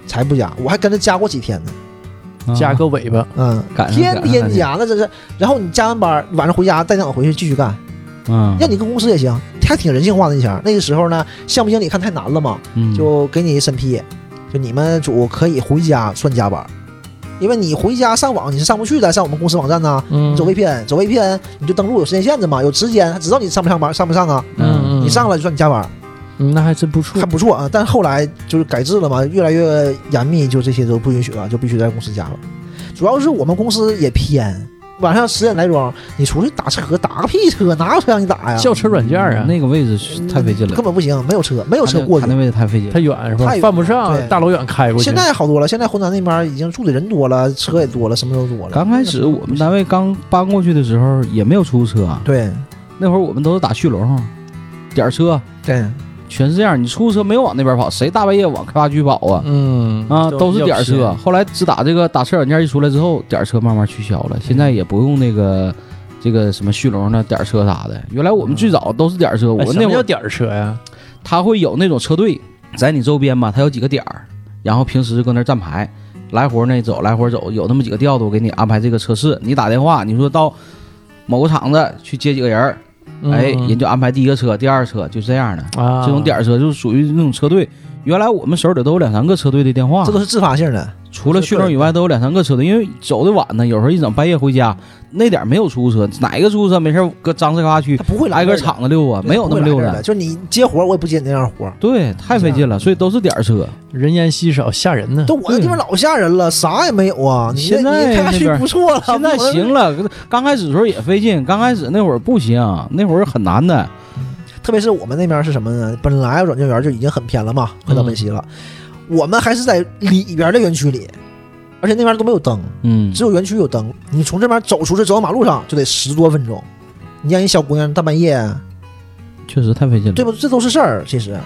S2: 才不加，我还跟着加过几天呢，
S1: 加
S3: 啊
S1: 个尾巴，
S2: 嗯，
S3: 赶上
S2: 天天，加，那这是。然后你加完班儿晚上回家带电脑回去继续干，
S3: 赶上
S2: 让你跟公司也行，还挺人性化的那前儿。那个时候呢，项目经理看太难了嘛，
S3: 嗯，
S2: 就给你审批，就你们组可以回家算加班儿，因为你回家上网你是上不去的，上我们公司网站呐、
S1: 嗯
S2: 你走 VPN，走 VPN 你就登录有时间限制嘛，有时间他知道你上不上班，上不上啊？
S3: 嗯
S1: 嗯，
S2: 你上了就算你加班儿，
S1: 嗯那还真不错
S2: 还。不错啊。但后来就是改制了嘛，越来越严密，就这些都不允许了，就必须在公司加了。主要是我们公司也偏，晚上十点来钟，你出去打车打个屁车，哪有车让你打呀？
S1: 轿车软件啊，
S3: 嗯那个位置是太费劲了，
S2: 嗯根本不行，没有车，没有车
S3: 他那
S2: 过
S3: 他
S2: 去
S3: 那。位置太费劲了
S1: 太。远是吧
S2: 太？远
S1: 犯不上，
S2: 对
S1: 大老远开过去。
S2: 现在好多了，现在湖南那边已经住的人多了，车也多了，什么都多了。
S3: 刚开始我们单位刚搬过去的时候也没有出租车啊，
S2: 对
S3: 那会儿我们都是打续龙，点儿车，
S2: 对，
S3: 全是这样。你出租车没有往那边跑，谁大半夜往开发区跑啊？
S1: 嗯
S3: 啊，都是点儿车。
S1: 要
S3: 后来只打这个打车软件一出来之后，点儿车慢慢取消了，
S1: 嗯
S3: 现在也不用那个这个什么续龙的点儿车啥的。原来我们最早都是点儿车，
S1: 哎
S3: 我
S1: 什
S3: 那
S1: 么
S3: 会
S1: 叫
S3: 儿
S1: 点儿车呀？
S3: 他会有那种车队在你周边嘛，他有几个点儿，然后平时就搁那儿站牌，来回呢走，来回走，有那么几个调度，我给你安排这个车次。你打电话，你说到某个厂子去接几个人儿，哎，
S1: 嗯
S3: 人就安排第一个车、第二车，就这样的。
S1: 啊，
S3: 这种点儿车就是属于那种车队。原来我们手里都有两三个车队的电话
S2: 这，都是自发性的。
S3: 除了
S2: 是
S3: 旭
S2: 个
S3: 东
S2: 人
S3: 以外都有两三个车队，因为走的晚呢，有时候一整半夜回家，那点儿没有出租车，哪一个出租车没事儿搁张氏开发区
S2: 他不会来
S3: 挨
S2: 这
S3: 个
S2: 儿的，
S3: 厂子溜啊？
S2: 对
S3: 没有那么溜
S2: 不会来这儿的。
S3: 的，
S2: 就你接活儿，我也不接你那样活儿。
S3: 对，太费劲了，所以都是点儿车。
S1: 人烟稀少，吓人呢嗯
S2: 都。我那地方老吓人了，啥也没有啊！你
S3: 嗯现在
S2: 你开发
S3: 那边
S2: 区不错了，
S3: 现在
S2: 我
S3: 行了，刚开始的时候也费劲，刚开始那会儿不行，那会儿很难的。
S2: 特别是我们那边是什么呢？本来软件园就已经很偏了嘛，快到
S3: 嗯
S2: 本溪了，我们还是在里边的园区里，而且那边都没有灯，
S3: 嗯，
S2: 只有园区有灯。你从这边走出去，走到马路上就得十多分钟。你让一小姑娘大半夜，
S3: 确实太费劲了。
S2: 对不？这都是事儿，其实。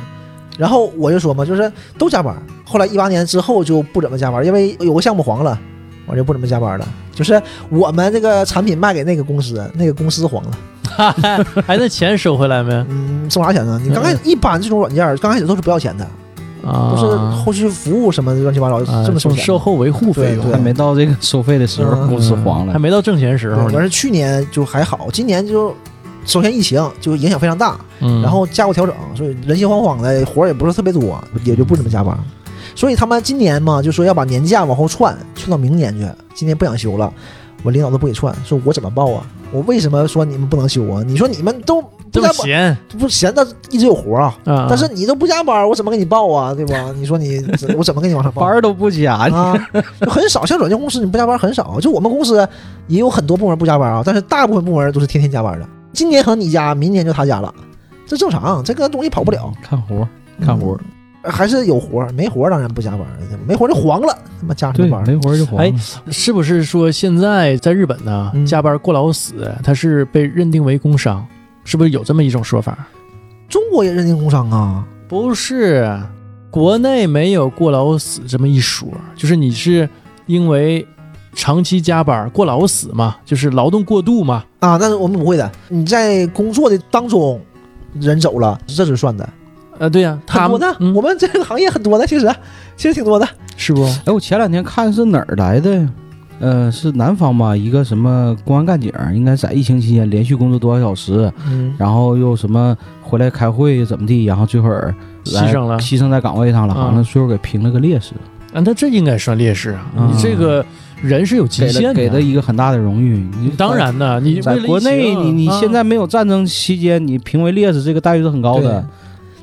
S2: 然后我就说嘛，就是都加班。后来一八年之后就不怎么加班，因为有个项目黄了，我就不怎么加班了。就是我们这个产品卖给那个公司，那个公司黄了。
S1: 哎，那钱收回来 没？
S2: 嗯，挣啥钱呢？你刚开始一般这种软件儿刚开始都是不要钱的，
S1: 啊，
S2: 都是后续服务什么的乱七八糟
S1: 啊
S2: 这么收
S1: 就是
S2: 钱
S1: 售
S2: 的。
S1: 后维护费用啊
S2: 对
S3: 还没到这个收费的时候，
S2: 嗯
S3: 公司黄
S1: 还
S3: 了。
S1: 没到挣钱时
S2: 对
S1: 候呢
S2: 完。是去年就还好，今年就首先疫情就影响非常大，
S1: 嗯
S2: 然后价格调整，所以人心惶惶的，活儿也不是特别多，也就不怎么加班。所以他们今年嘛，就说要把年假往后窜，窜到明年去。今年不想休了，我领导都不给窜，说我怎么报啊？我为什么说你们不能休啊？你说你们都不
S1: 这
S2: 加
S1: 么
S2: 班，
S1: 闲
S2: 不闲的一直有活啊，
S1: 啊，
S2: 但是你都不加班，我怎么给你报啊？对吧？你说你我怎么给你往上报
S3: 班？儿都不加，
S2: 啊， 就很少，像软件公司你不加班很少。就我们公司也有很多部门不加班啊，但是大部分部门都是天天加班的。今年可能你加，明年就他加了，这正常，这个东西跑不了。嗯
S3: 看活儿，嗯看活儿。
S2: 还是有活儿，没活儿当然不加班了，没活儿就黄了，他妈加什
S3: 对，
S2: 么班儿？
S3: 没活儿就黄了。
S1: 哎是不是说现在在日本呢
S2: 嗯，
S1: 加班过劳死，它是被认定为工伤？是不是有这么一种说法？
S2: 中国也认定工伤啊，
S1: 不是，国内没有过劳死这么一说，就是你是因为长期加班过劳死嘛，就是劳动过度嘛。
S2: 啊，但是我们不会的。你在工作的当中人走了，这是算的。
S1: 呃，对呀、他
S2: 很多
S1: 们
S2: 的，
S1: 嗯
S2: 我们这个行业很多的，其实其实挺多的。
S1: 是不？
S3: 哎，我前两天看是哪儿来的呃，是南方吧？一个什么公安干警，应该在疫情期间连续工作多少小时，
S2: 嗯，
S3: 然后又什么回来开会怎么地，然后最后儿来
S1: 牺牲了
S3: 牺牲在岗位上了，好像最后给评了个烈士，
S1: 啊，那这应该算劣势啊！
S3: 嗯
S1: 你这个人是有极
S3: 给了
S1: 限
S3: 给了
S1: 的。
S3: 一个很大的荣誉。你
S1: 当然呢，你
S3: 在
S1: 为了
S3: 国内，
S1: 疫情
S3: 你你
S1: 啊
S3: 现在没有战争期间，你评为烈士这个待遇是很高的。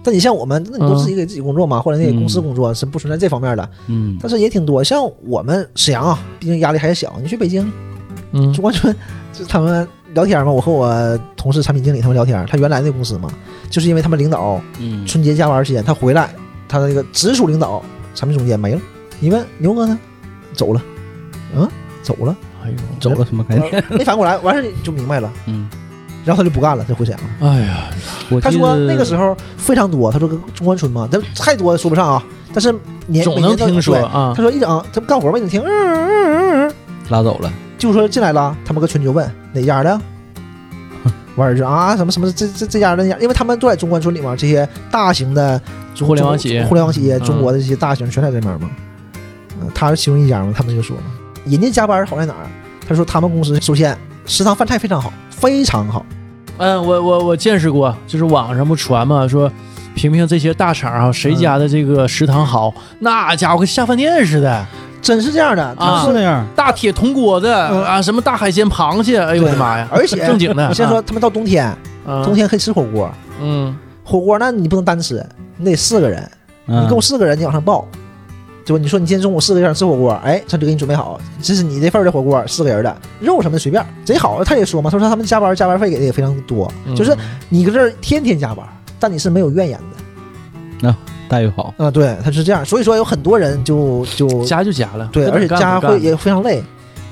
S2: 但你像我们，那你都自己给自己工作嘛，或者你给公司
S3: 嗯
S2: 工作，是不存在这方面的。
S3: 嗯，
S2: 但是也挺多，像我们沈阳啊，毕竟压力还小。你去北京，
S1: 嗯
S2: 朱，光春就是他们聊天嘛，我和我同事产品经理他们聊天，他原来那公司嘛，就是因为他们领导
S3: 嗯
S2: 春节加班期间他回来，他那个直属领导产品总监没了，你问牛哥呢？走了，嗯，走了，
S1: 哎
S2: 呃
S1: 呦，
S3: 走了什么概念？
S2: 没反应过来，完事儿就明白了，
S3: 嗯，
S2: 然后他就不干了，他回沈阳。
S1: 哎呀，
S3: 我
S2: 他
S3: 记
S2: 说
S3: 得
S2: 那个时候非常多，他说跟中关村嘛，但太多说不上啊，但是年
S1: 总能听说。
S2: 每年都对
S1: 啊
S2: 他。说一整，他不干活吗？你听，嗯嗯嗯嗯，
S3: 拉走了，
S2: 就说进来了，他们搁群里就问哪 家的，完儿就啊什么什么这这这家的那家，因为他们都在中关村里嘛，这些大型的中
S1: 互联网企业
S2: 中互联网企业，
S1: 嗯
S2: 中国的这些大型全在这边嘛。嗯，他是其中一家嘛，他们就说嘛，人家加班好在哪儿？他说他们公司首先食堂饭菜非常好，非常好。
S1: 嗯，我我我见识过，就是网上不传嘛，说评评这些大厂啊，
S2: 嗯
S1: 谁家的这个食堂好，那家伙跟下饭店似的，
S2: 真是这样的，
S1: 啊
S2: 就是
S3: 那样。
S1: 大铁铜锅子
S2: 嗯
S1: 啊，什么大海鲜、螃蟹，哎呦我的
S2: 对
S1: 妈呀！
S2: 而且
S1: 正经的，
S2: 我先说，他们到冬天，
S1: 啊
S2: 冬，天可以吃火锅，
S1: 嗯
S2: 火锅那你不能单吃，你得四个人，
S3: 嗯
S2: 你够四个人，你往上报，对吧？你说你今天中午四个人想吃火锅，哎，他就给你准备好，这是你这份儿的火锅，四个人的肉什么的随便，贼好。他也说嘛，他说他们加班加班费给的也非常多，
S1: 嗯，
S2: 就是你搁这儿天天加班，但你是没有怨言的
S3: 待遇好。
S2: 啊。对，他是这样，所以说有很多人就就
S1: 加就加了，
S2: 对，
S1: 根
S2: 而
S1: 本
S2: 且
S1: 干
S2: 加
S1: 不干
S2: 会也非常累。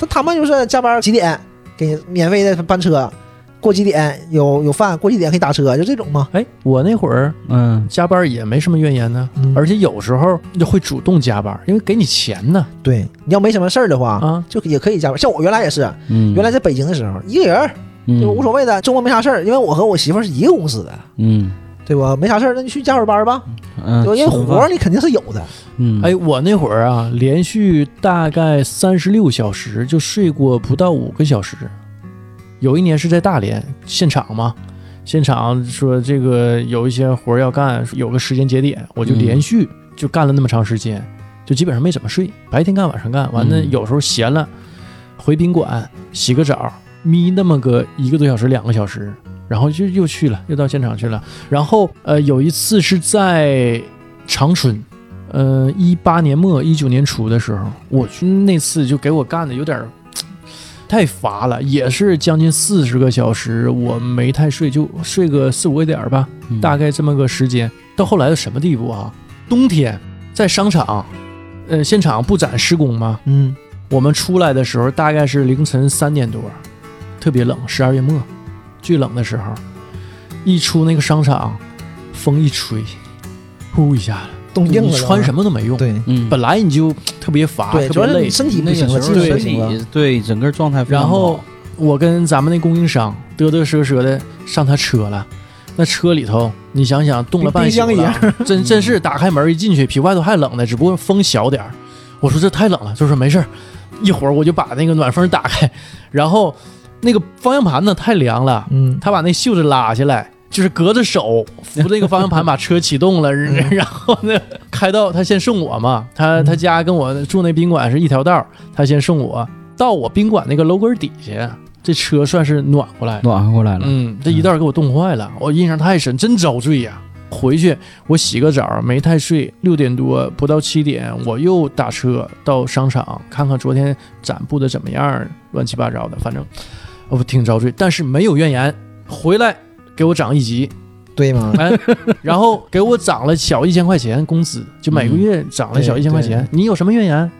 S2: 但他们就是加班几点给你免费的班车，过几点有有饭，过几点可以打车，就这种嘛。
S1: 哎，我那会儿
S3: 嗯，
S1: 加班也没什么怨言呢，
S2: 嗯
S1: 而且有时候就会主动加班，因为给你钱呢
S2: 对，你要没什么事儿的话，
S1: 啊。
S2: 就也可以加班。像我原来也是，
S3: 嗯
S2: 原来在北京的时候，一个人儿
S3: 嗯
S2: 就无所谓的，周末没啥事儿，因为我和我媳妇儿是一个公司的，
S3: 嗯
S2: 对吧？没啥事儿，那你去加会儿班儿吧，
S3: 嗯，
S2: 对吧？因为
S3: 吃顿
S2: 活
S3: 饭
S2: 儿你肯定是有的，
S3: 嗯
S1: 哎，我那会儿啊，连续大概三十六小时就睡过不到五个小时。有一年是在大连现场嘛，现场说这个有一些活儿要干，有个时间节点，我就
S3: 嗯
S1: 连续就干了那么长时间，就基本上没怎么睡，白天干晚上干，完了
S3: 嗯
S1: 有时候闲了，回宾馆洗个澡，眯那么个一个多小时两个小时，然后就又去了，又到现场去了。然后呃，有一次是在长春，呃，一八年末一九年初的时候，我去那次就给我干的有点儿太乏了，也是将近四十个小时，我没太睡，就睡个四五个点儿吧，
S3: 嗯
S1: 大概这么个时间。到后来到什么地步啊？冬天在商场，呃，现场布展施工吗？
S2: 嗯，
S1: 我们出来的时候大概是凌晨三点多，特别冷，十二月末最冷的时候，一出那个商场，风一吹，呼一下了，
S2: 冻硬
S1: 你
S2: 了。
S1: 穿什
S2: 么？
S1: 么都没用，
S2: 对
S3: 嗯
S1: 本来你就特别乏，
S2: 对，
S1: 特
S2: 主
S1: 别
S2: 要是
S1: 累
S2: 你。身体不
S3: 那
S2: 行
S3: 个
S2: 了，
S3: 时
S2: 精
S3: 候
S2: 神不
S3: 身
S2: 行了。
S3: 体对整个状态非常
S1: 然
S3: 不好，
S1: 后我跟咱们那供应商嘚嘚瑟瑟的上他车了，那车里头你想想冻了
S2: 冰
S1: 半
S2: 冰
S1: 宿
S2: 箱一
S1: 了，真真是打开门一进去比外头还冷呢，只不过风小点儿。我说这太冷了，就说没事儿，一会儿我就把那个暖风打开，然后那个方向盘呢太凉了，
S2: 嗯，
S1: 他把那袖子拉下来，就是隔着手扶着那个方向盘把车启动了， 然然后呢开到他先送我嘛，他
S2: 嗯
S1: 他家跟我住那宾馆是一条道儿，他先送我到我宾馆那个楼根儿底下，这车算是暖和来了。
S3: 暖和过来了。
S1: 嗯，这一道给我冻坏了，我印象太深，真遭罪呀、回去我洗个澡，没太睡，六点多不到七点，我又打车到商场看看昨天展布的怎么样，乱七八糟的，反正我挺遭罪，但是没有怨言。回来给我涨一级，
S2: 对嘛，
S1: 哎，然后给我涨了小一千块钱工资，就每个月涨了小一千块钱。你有什么怨言？
S3: 啊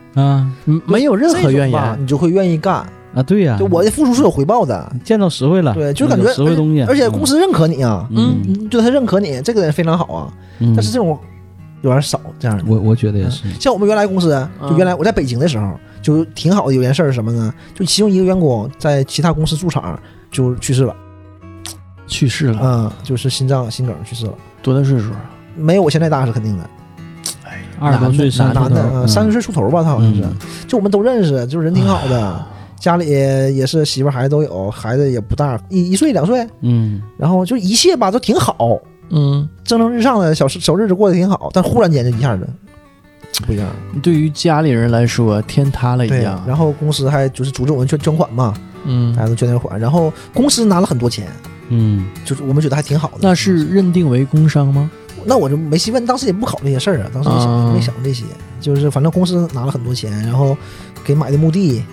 S1: 嗯没有任何怨
S2: 这种吧
S1: 言。
S2: 你就会愿意干。
S3: 啊，对呀，
S2: 就我的付出是有回报的，
S3: 见到实惠了，
S2: 对，就感
S3: 有
S2: 觉哎
S3: 实惠东西，
S2: 而且公司认可你啊，
S1: 嗯
S3: 嗯，
S2: 你对他认可你，这个人非常好啊。
S3: 嗯
S2: 但是这嗯种有点少，这样的。
S3: 我我觉得也是，
S2: 像我们原来公司，就原来我在北京的时候，就挺好的。有件事儿是什么呢？就其中一个员工在其他公司驻场就去世了，嗯
S1: 去世
S2: 啊
S1: 了，
S2: 嗯，就是心脏心梗去世了，
S1: 多大岁数啊？
S2: 没有我现在大是肯定的。
S1: 哎呀，
S3: 二十多岁三
S2: 男
S3: 十
S2: 的男
S3: 出
S2: 的，
S3: 头，
S2: 嗯三十岁出头吧，他好像是
S3: 嗯，
S2: 就我们都认识，就是人挺好的，家里也是媳妇儿孩子都有，孩子也不大，一一岁两岁，
S3: 嗯，
S2: 然后就一切吧都挺好，
S1: 嗯，
S2: 蒸蒸日上的小时小日子过得挺好，但忽然间就一下子不一样了，
S1: 对于家里人来说，天塌了一
S2: 对
S1: 样。
S2: 然后公司还就是阻止我们捐捐款嘛，
S1: 嗯
S2: 大，家都捐点款，然后公司拿了很多钱，
S3: 嗯，
S2: 就是我们觉得还挺好的。
S1: 那是认定为工伤吗？
S2: 那我就没细问，当时也不考虑这些事儿啊，当时没想、
S1: 啊
S2: 没想这些，就是反正公司拿了很多钱，然后给买的墓地，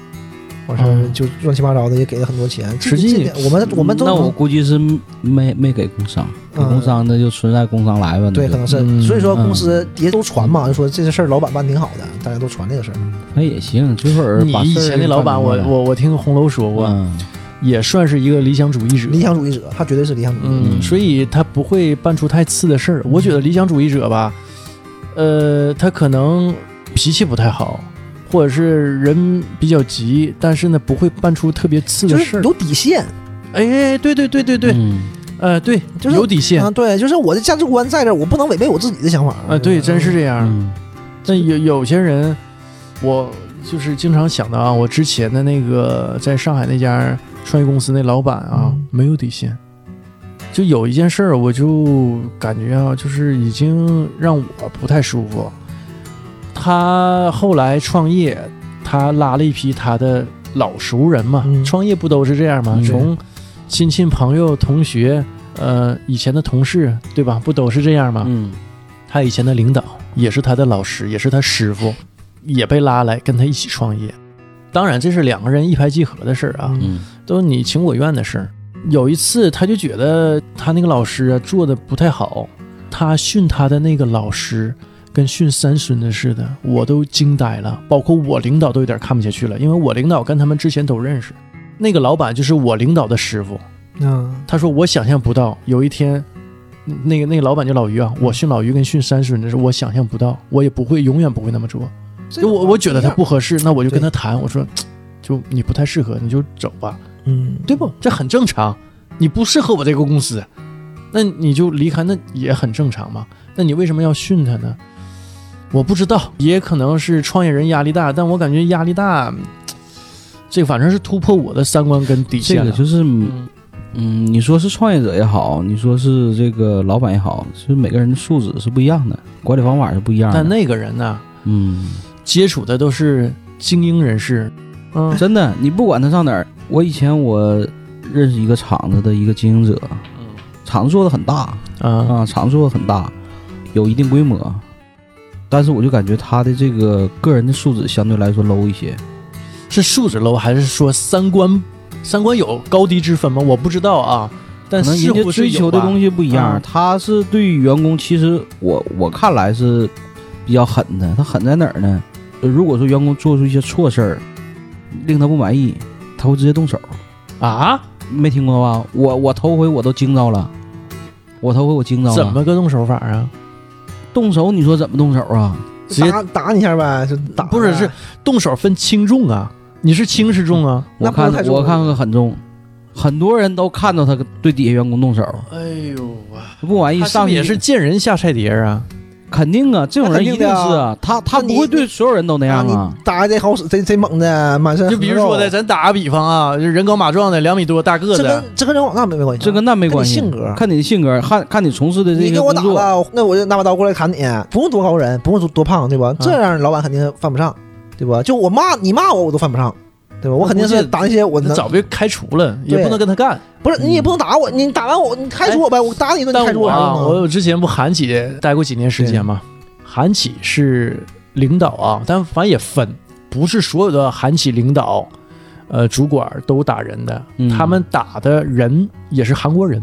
S2: 完事儿
S1: 嗯
S2: 就乱七八糟的也给了很多钱。这
S1: 实际嗯
S2: 这点我们我们都
S3: 那
S2: 能
S3: 我估计是没没给工伤，给
S2: 嗯
S3: 工伤那就存在工伤来吧，那
S2: 对，
S3: 就
S2: 可能是、
S1: 嗯
S2: 所以说公司也都传嘛，就说这事儿老板办挺好的，大家都传这个事儿。
S3: 那也行，这会儿
S1: 你
S3: 把
S1: 以
S3: 事儿
S1: 前那老板，
S3: 办明
S1: 我
S3: 白了
S1: 我我听红楼说过，
S3: 嗯
S1: 也算是一个理想主义者。
S2: 理想主义者，他绝对是理想主义者。
S1: 嗯，
S3: 嗯
S1: 所以他不会办出太次的事儿。我觉得理想主义者吧，呃，他可能脾气不太好，或者是人比较急，但是呢，不会办出特别次
S2: 就
S1: 的事
S2: 是
S1: 儿。
S2: 有底线
S1: 哎哎，对对对对对，
S3: 嗯
S1: 呃，对，
S2: 就是
S1: 有底线
S2: 啊，。对，就是我的价值观在这儿，我不能违背我自己的想法
S1: 啊，对，真是这样。
S3: 嗯
S1: 但有有些人，我就是经常想到啊，我之前的那个在上海那家创业公司那老板啊，
S2: 嗯
S1: 没有底线。就有一件事儿，我就感觉啊，就是已经让我不太舒服。他后来创业，他拉了一批他的老熟人嘛，
S2: 嗯
S1: 创业不都是这样吗？
S3: 嗯
S1: 从亲戚、朋友、同学，呃，以前的同事，对吧？不都是这样吗？
S3: 嗯
S1: 他以前的领导也是他的老师，也是他师傅，也被拉来跟他一起创业。当然，这是两个人一拍即合的事儿啊，
S3: 嗯
S1: 都是你情我愿的事儿。啊有一次，他就觉得他那个老师啊做的不太好，他训他的那个老师跟训三孙子似的，我都惊呆了。包括我领导都有点看不下去了，因为我领导跟他们之前都认识，那个老板就是我领导的师傅。
S2: 嗯，
S1: 他说我想象不到有一天，嗯那个那个老板叫老于啊，我训老于跟训三顺的时候，我想象不到，我也不会永远不会那么做。
S2: 这
S1: 就
S2: 个
S1: 我
S2: 话
S1: 啊我觉得他
S2: 一样
S1: 不，合适，那我就跟他
S2: 对
S1: 谈，我说，嘖就你不太适合，你就走吧，
S2: 嗯，
S1: 对不？这很正常，你不适合我这个公司，那你就离开，那也很正常嘛。那你为什么要训他呢？我不知道，也可能是创业人压力大，但我感觉压力大，嘖这反正是突破我的三观跟底
S3: 这
S1: 线
S3: 个
S1: 了。
S3: 就是
S1: 嗯
S3: 嗯，你说是创业者也好，你说是这个老板也好，就是每个人的素质是不一样的，管理方法是不一样的。
S1: 但那个人呢？
S3: 嗯，
S1: 接触的都是精英人士，嗯
S3: 真的，你不管他上哪儿，我以前我认识一个厂子的一个经营者，厂子做的很大
S1: 啊，
S3: 啊，厂子做的很大，有一定规模，但是我就感觉他的这个个人的素质相对来说 low 一些。
S1: 是素质 low 还是说三观三观有高低之分吗？我不知道啊，但
S3: 可能
S1: 似
S3: 人
S1: 乎
S3: 家追求的东
S1: 西，
S3: 西不一样，
S1: 嗯
S3: 他是对员工，其实我我看来是比较狠的。他狠在哪儿呢？呃如果说员工做出一些错事儿，令他不满意，他会直接动手。
S1: 啊，
S3: 没听过吧？我我头回我都惊着了，我头回我惊着了。
S1: 怎么个动手法啊？
S3: 动手？你说怎么动手啊？
S1: 直接
S2: 打打你一下呗，就打呗，
S1: 不是是动手分轻重啊，你是轻是重啊？
S2: 那
S3: 我
S2: 不能
S3: 看
S2: 太重
S3: 我看看很重，很多人都看到他对底下员工动手，
S1: 哎呦啊，
S3: 不满意
S1: 他是
S3: 上
S1: 不
S3: 去
S1: 是也是见人下菜碟 啊？
S3: 肯定啊，这种
S2: 那
S3: 人
S2: 肯
S3: 一
S2: 定
S3: 定是
S2: 的啊
S3: 啊，他他
S2: 那
S3: 不
S2: 你
S3: 会对所有人都那样啊
S2: 你。打得好使，贼贼猛的，满身
S1: 就比如说的，
S2: 这
S1: 咱打个比方啊，就人高马壮的，两米多大个
S2: 这
S1: 子，
S2: 跟这跟人往那没没关系，
S3: 这跟那没
S2: 跟
S3: 关
S2: 你
S3: 系，
S2: 性格。
S3: 看你的性格，看看你从事的这
S2: 你
S3: 些
S2: 跟
S3: 工
S2: 我打
S3: 作。
S2: 了，那我就拿把刀过来砍你，不用多高人，不用多多胖，对吧？这样老板肯定犯不上，对吧？就我骂你骂我，我都犯不上，对吧？我肯定
S1: 那
S2: 是
S1: 不是
S2: 打那些我
S1: 那
S2: 能
S1: 早被开除了，也
S2: 对
S1: 不能跟他干。
S2: 不是你也不能打我，你打完我你开除我呗，我打你一顿，你开
S1: 嗯但
S2: 除
S1: 我
S2: 啥
S1: 啊，
S2: 用啊？
S1: 我之前不韩企待过几年时间嘛，韩企是领导啊，但反正也分，不是所有的韩企领导、呃主管都打人的，
S3: 嗯
S1: 他们打的人也是韩国人，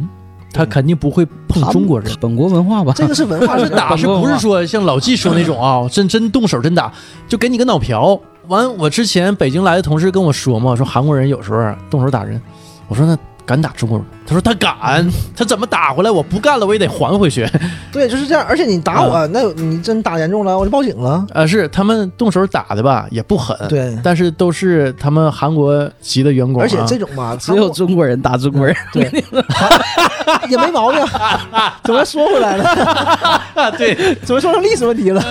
S1: 他肯定不会碰中国人。
S3: 本国文化吧，
S2: 这个是 文
S1: 他
S2: 化
S1: 是
S2: 是
S1: 打，是不是说像老纪说那种啊，真真动手真打，就给你个脑瓢。完，我之前北京来的同事跟我说嘛，说韩国人有时候动手打人，我说那敢打中国人，他说他敢，他怎么打回来？我不干了，我也得还回去。
S2: 对，就是这样。而且你打
S1: 嗯
S2: 我，那你真打严重了，我就报警了。
S1: 呃，是他们动手打的吧，也不狠，
S2: 对，
S1: 但是都是他们韩国籍的员工、嗯啊，
S2: 而且这种吧，
S3: 只有中国人打 中国人，
S2: 对，也没毛病。怎么说回来了？
S1: 啊，对
S2: 怎么说成历史问题了？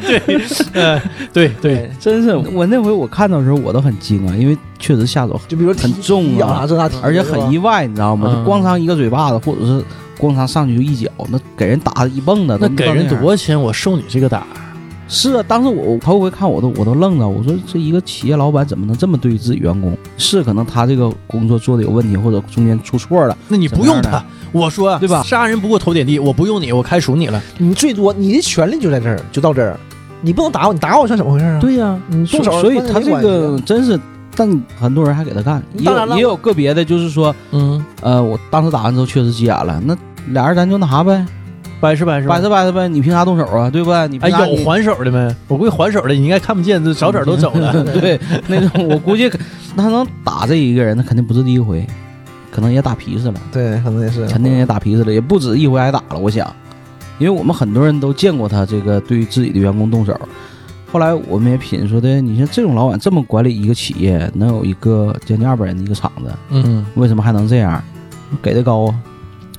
S1: 对，呃，对
S2: 哎
S1: 对，
S3: 真是我那回我看到的时候我都很惊啊，因为确实下手
S2: 就比如说踢
S3: 很重啊
S2: 踢咬啥这那踢，
S3: 而且很
S2: 硬。
S3: 意外，你知道吗？
S1: 嗯
S3: 就咣当一个嘴巴子，或者是咣当上去就一脚，那给人打一蹦的，
S1: 那
S3: 能
S1: 给
S3: 到
S1: 人
S3: 样
S1: 多少钱？我受你这个打，
S3: 是啊！当时我我头回看我都我都愣了，我说这一个企业老板怎么能这么对自己员工？是可能他这个工作做的有问题，或者中间出错了，
S1: 那你不用他，我说
S3: 对吧
S1: 杀人不过头点地，我不用你，我开除你了。
S2: 你最多你的权利就在这儿，就到这儿。你不能打我，你打我算怎么回事啊？
S1: 对呀、
S2: 你动手，
S3: 所以
S2: 关键
S3: 他
S2: 没
S3: 这
S2: 关系啊
S3: 个真是，但很多人还给他干，也
S2: 当然
S3: 有
S2: 了
S3: 也有个别的，就是说，
S1: 嗯，
S3: 呃，我当时打完之后确实急眼了，那俩人咱就那啥呗，
S1: 掰扯掰扯，
S3: 掰扯掰扯呗，你凭啥动手啊？对不对？你
S1: 哎，
S3: 凭啥
S1: 有
S3: 你
S1: 还手的没？我估计还手的你应该看不见，这小指儿都走了。
S3: 对，那种我估计那他能打这一个人，那肯定不是第一回，可能也打皮实了，
S2: 对，可能也是
S3: 肯定也打皮实了，也不止一回挨打了。我想，因为我们很多人都见过他这个对于自己的员工动手。后来我们也品说的，你像这种老板这么管理一个企业，能有一个将近二百人的一个厂子，
S1: 嗯，
S3: 为什么还能这样？给的高啊，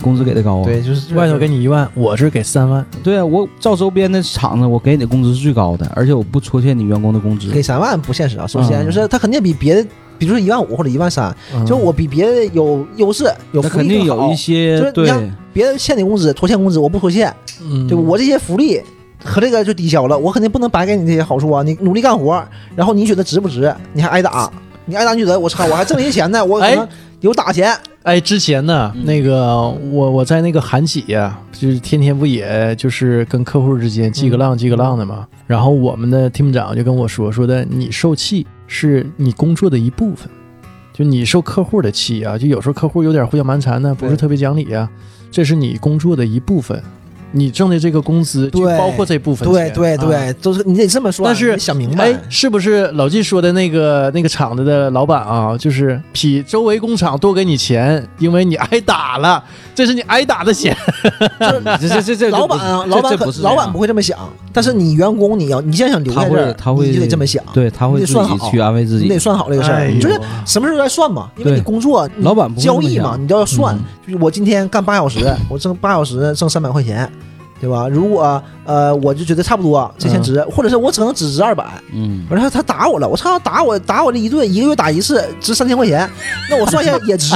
S3: 工资给的高啊。
S2: 对，就是
S1: 外头给你一万，我是给三万。
S3: 对啊，我照周边的厂子，我给你的工资是最高的，而且我不拖欠你员工的工资
S2: 给。三万不现实啊。首先
S3: 嗯
S2: 就是他肯定比别的，比如说一万五或者一万三，
S1: 嗯
S2: 就我比别的有优势，有
S3: 那
S2: 福利
S3: 肯定
S2: 更好
S3: 有一
S2: 就
S3: 些
S2: 是你
S3: 对
S2: 像别人欠你工资，拖欠工资，我不拖欠，
S1: 嗯，
S2: 对吧？我这些福利和这个就抵消了，我肯定不能白给你这些好处啊！你努力干活，然后你觉得值不值？你还 挨打，你挨打你觉得我操，我还挣人家钱呢，我可能有打钱，
S1: 哎，之前呢，
S3: 嗯
S1: 那个我我在那个韩企呀、就是天天不也就是跟客户之间
S2: 嗯
S1: 记个浪记个浪的嘛。然后我们的 team 长就跟我说说的，你受气是你工作的一部分，就你受客户的气啊，就有时候客户有点胡搅蛮缠呢，不是
S2: 对
S1: 特别讲理啊，这是你工作的一部分，你挣的这个工资就
S2: 对
S1: 包括这部分
S2: 对
S1: 钱
S2: 对
S1: 啊
S2: 对，都是你得这么说，
S1: 但是
S2: 你想明白
S1: 哎，，是不是老季说的那个那个厂子的老板啊？就是比周围工厂多给你钱，因为你挨打了，这是你挨打的钱。
S3: 这这这这
S2: 老板啊，
S3: 这
S2: 老板
S3: 这
S2: 可
S3: 不是这样
S2: 老板不会这么想，但是你员工你要你现在想留
S3: 他
S2: 在这
S3: 会
S2: 儿，
S3: 他会
S2: 你就得这么想，
S3: 对他
S2: 你
S3: 会
S2: 得
S3: 自
S2: 算
S3: 己
S2: 好
S3: 去安慰自
S2: 你
S3: 己
S2: 得。算好这个事儿，
S1: 哎呦
S2: 你就是什么时候该算嘛，因为你
S3: 对
S2: 工作你
S3: 老板不会
S2: 交
S3: 这么
S2: 易嘛，
S3: 想
S2: 你都要算
S3: 嗯，
S2: 就是我今天干八小时，我挣八小时挣三百块钱，对吧？如果呃，我就觉得差不多，这钱值，或者是我只能只值二百，
S3: 嗯，
S2: 完了他打我了，我操，打我打我这一顿，一个月打一次值三千块钱，那我算一下也 值，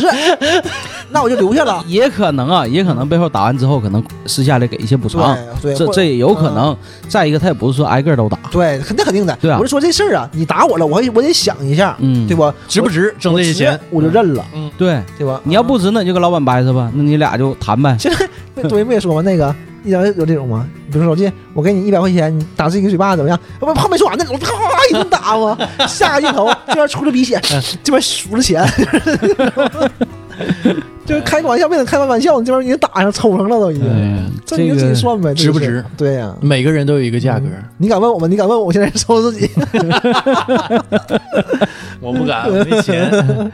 S2: 那我就留下了。
S3: 也可能啊，也可能背后打完之后，可能私下里给一些补偿，
S2: 对对，
S3: 啊这
S2: 或嗯
S3: 这也有可能。再一个，他也不是说挨个儿都打，
S2: 对，肯定肯定的。
S3: 对啊
S2: 我是说这事儿啊，你打我了，我还我得想一下，
S3: 嗯，
S2: 对
S3: 吧？
S2: 吧？
S1: 值不值挣这些钱？
S2: 我就认了，
S3: 对，
S2: 对吧？
S3: 你要不值，那你就跟老板掰扯吧，那你俩就谈呗。
S2: 现在那抖音不也说吗？那个一两有这种吗？比如说老季，我给你一百块钱，你打自己一个嘴巴怎么样？我不还没说完呢，我啪啪一顿打吗？下个镜头这边出了鼻血，
S1: 嗯
S2: 这边数了钱，就是开个玩笑，为了开个玩笑，你这边已经打上抽上了都已经。
S3: 对，
S2: 这你就自己算呗，
S1: 嗯值不
S2: 这个
S1: 值
S2: 事？对呀，嗯
S1: 每个人都有一个价格，嗯
S2: 你敢问我吗？你敢问我现在抽自己？
S1: 我不 敢，我没钱。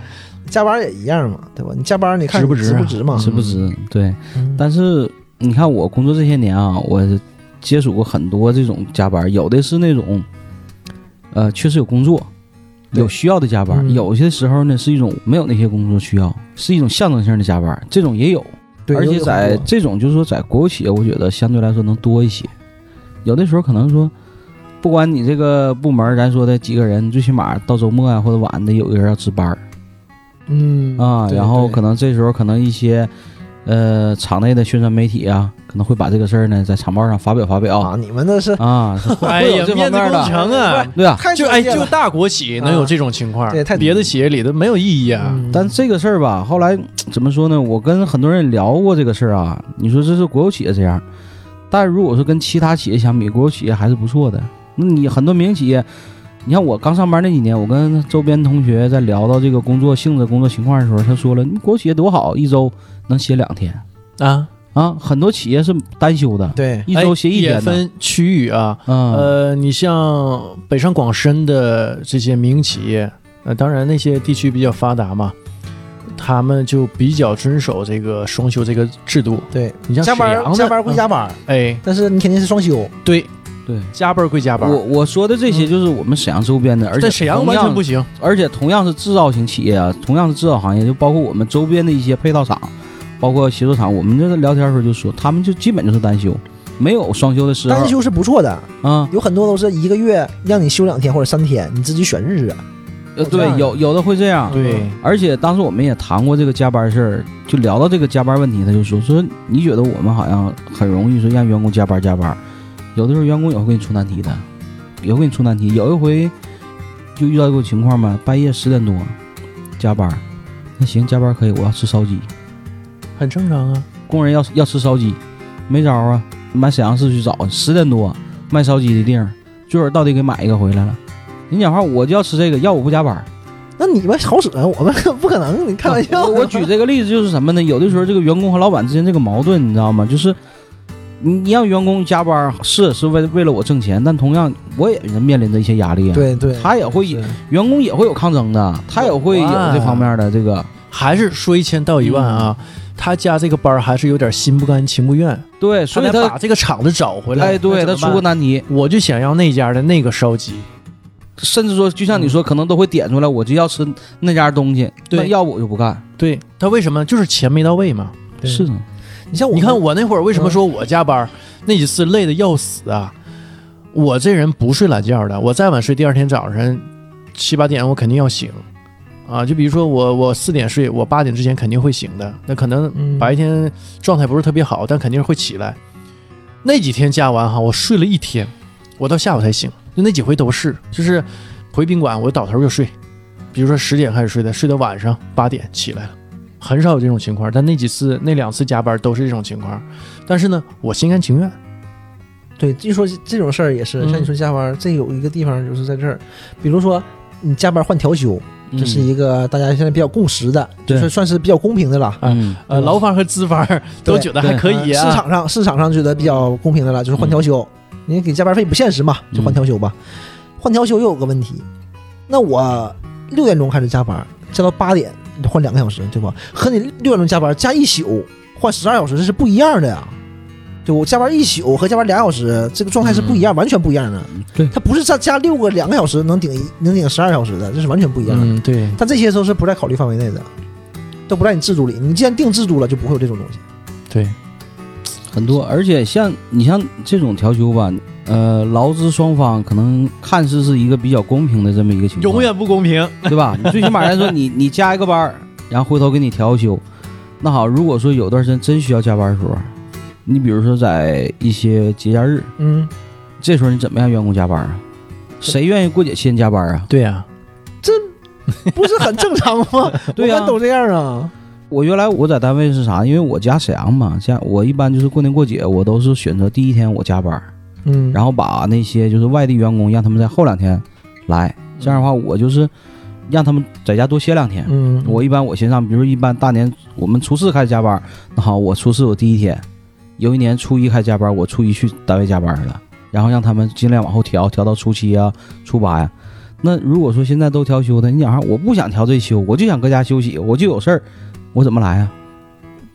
S2: 加班也一样嘛，对吧？你加班你看
S1: 值不值啊
S2: 不值嘛？
S3: 值不值？对，
S2: 嗯
S3: 但是你看我工作这些年啊，我接触过很多这种加班，有的是那种，呃，确实有工作。
S2: 对
S3: 有需要的加班，
S1: 嗯
S3: 有些时候呢是一种没有那些工作需要，是一种象征性的加班，这种也有。
S2: 对
S3: 而
S2: 有
S3: 且
S2: 有
S3: 在
S2: 很多
S3: 这种就是说在国有企业，我觉得相对来说能多一些。有的时候可能说，不管你这个部门儿，咱说的几个人，最起码到周末啊或者晚的，有一个人要值班儿
S2: 嗯
S3: 啊。
S2: 对
S3: 然后
S2: 对
S3: 可能这时候可能一些呃场内的宣传媒体啊，可能会把这个事儿呢在场报上发表发表
S2: 啊，你们那是
S3: 啊。是会
S1: 哎
S3: 会有
S1: 呀，
S3: 这
S1: 面
S3: 方
S1: 子
S3: 面
S1: 工
S3: 的，
S1: 程啊！
S3: 对啊。
S2: 太
S1: 就
S2: 专
S1: 哎，
S2: 业
S1: 就
S2: 了
S1: 大国企能有这种情况
S2: 啊对太，
S1: 别的企业里头没有意义啊。
S2: 嗯
S3: 但这个事儿吧，后来怎么说呢？我跟很多人聊过这个事儿啊。你说这是国有企业这样，但如果说跟其他企业相比，国有企业还是不错的。那你很多民营企业，你像我刚上班那几年，我跟周边同学在聊到这个工作性质、工作情况的时候，他说了，你国有企业多好，一周能歇两天
S2: 嗯
S1: 啊，
S3: 啊。很多企业是单休的，
S2: 对
S3: 一周歇一
S1: 哎也
S3: 天的。
S1: 分区域啊。
S3: 嗯，
S1: 呃，你像北上广深的这些民营企业，呃，当然那些地区比较发达嘛，他们就比较遵守这个双休这个制度。
S2: 对，
S1: 你像
S2: 加
S1: 沈阳
S2: 班
S1: 的
S2: 加班归加班，
S1: 嗯哎，
S2: 但是你肯定是双休。
S1: 对，
S3: 对。
S1: 加班归加班嗯
S3: 我，我说的这些就是我们沈阳周边的，而且
S1: 在沈阳
S3: 同
S1: 完
S3: 样
S1: 全不行。
S3: 而且同样是制造型企业啊，同样是制造行业，就包括我们周边的一些配套厂，包括协作厂，我们这个聊天的时候就说，他们就基本就是单休，没有双休的时候
S2: 单休是不错的，
S3: 啊。
S2: 有很多都是一个月让你休两天或者三天，你自己选日子。
S3: 呃，
S1: 哦
S2: 这样
S3: 对，有有的会这样。
S1: 对，
S3: 而且当时我们也谈过这个加班事儿，就聊到这个加班问题，他就说说你觉得我们好像很容易说让员工加班加班，有的时候员工也会给你出难题的，也会给你出难题。有一回就遇到一个情况嘛，半夜十点多加班，那行加班可以，我要吃烧鸡。
S1: 很正常啊。
S3: 工人要要吃烧鸡，没招啊，满沈阳市去找，十点多卖烧鸡的地儿，最后到底给买一个回来了。你讲话，我就要吃这个，要我不加班儿。
S2: 那你们好使，啊我们不可能，你 开玩笑。
S3: 啊我我举这个例子就是什么呢？有的时候这个员工和老板之间这个矛盾，你知道吗？就是你你让员工加班儿是是为为了我挣钱，但同样我也面临着一些压力啊。，
S2: 对对，
S3: 他也会
S2: 是
S3: 员工也会有抗争的，他也会有这方面的这个。
S1: 还是说一千道一万啊，他加这个班儿还是有点心不甘情不愿，
S3: 对，所以
S1: 他得
S3: 他
S1: 把这个厂子找回来。
S3: 哎，对他
S1: 那怎么
S3: 出
S1: 办
S3: 个难题，
S1: 我就想要那家的那个烧鸡，
S3: 甚至说，就像你说，可能都会点出来，我就要吃那家东西，
S1: 对
S3: 那要不我就不干。
S1: 对他为什么就是钱没到位嘛？
S2: 对
S3: 是的，
S2: 你像我，嗯
S1: 你看，我那会儿为什么说我加班儿、那几次累的要死啊？我这人不睡懒觉的，我再晚睡，第二天早上七八点我肯定要醒啊。就比如说我我四点睡，我八点之前肯定会醒的。那可能
S2: 嗯
S1: 白天状态不是特别好，但肯定会起来。那几天加完哈，我睡了一天，我到下午才醒。就那几回都是，就是回宾馆我倒头就睡，比如说十点开始睡的，睡到晚上八点起来了，很少有这种情况。但那几次那两次加班都是这种情况，但是呢，我心甘情愿。
S2: 对，据说这种事儿也是，
S1: 嗯
S2: 像你说加班，这有一个地方就是在这儿，比如说你加班换调休，这
S3: 嗯
S2: 是一个大家现在比较共识的，就
S3: 对
S2: 是算是比较公平的了。
S3: 嗯，
S1: 呃，
S2: 对吧
S1: 劳方和资方都觉得还可以
S2: 呃市
S1: 啊。嗯
S2: 场上市场上觉得比较公平的了，就是换调休，你给加班费不现实嘛，就换调休吧。换调休又有个问题，那我六点钟开始加班，加到八点，你换两个小时，对吧？和你六点钟加班加一宿换十二小时这是不一样的呀。对我加班一宿和加班俩小时，这个状态是不
S1: 嗯
S2: 一样，完全不一样的。
S3: 对
S2: 他不是加加六个两个小时能顶一能顶十二小时的，这是完全不一样的。
S1: 嗯，对，
S2: 但这些都是不在考虑范围内的，都不在你制度里。你既然定制度了，就不会有这种东西。
S1: 对，
S3: 嗯很多，而且像你像这种调休吧，呃，劳资双方可能看似是一个比较公平的这么一个情况，
S1: 永远不公平。
S3: 对吧？你最起码来说，你 你加一个班儿，然后回头给你调休。那好，如果说有段时间真需要加班的时候，你比如说在一些节假日，
S2: 嗯，
S3: 这时候你怎么让员工加班啊？谁愿意过节期间加班啊？
S1: 对呀、
S2: 不是很正常吗？
S3: 对呀
S2: 我们都这样啊。
S3: 我原来我在单位是啥？因为我家沈阳嘛，家我一般就是过年过节，我都是选择第一天我加班，
S2: 嗯
S3: 然后把那些就是外地员工让他们在后两天来，
S1: 嗯
S3: 这样的话我就是让他们在家多歇两天。
S2: 嗯
S3: 我一般我先上，比如一般大年我们初四开始加班，那好，我初四我第一天，有一年初一开加班，我初一去单位加班了，然后让他们尽量往后调，调到初七啊、初八呀、那如果说现在都调休的，你想哈，我不想调这休，我就想搁家休息，我就有事儿，我怎么来啊？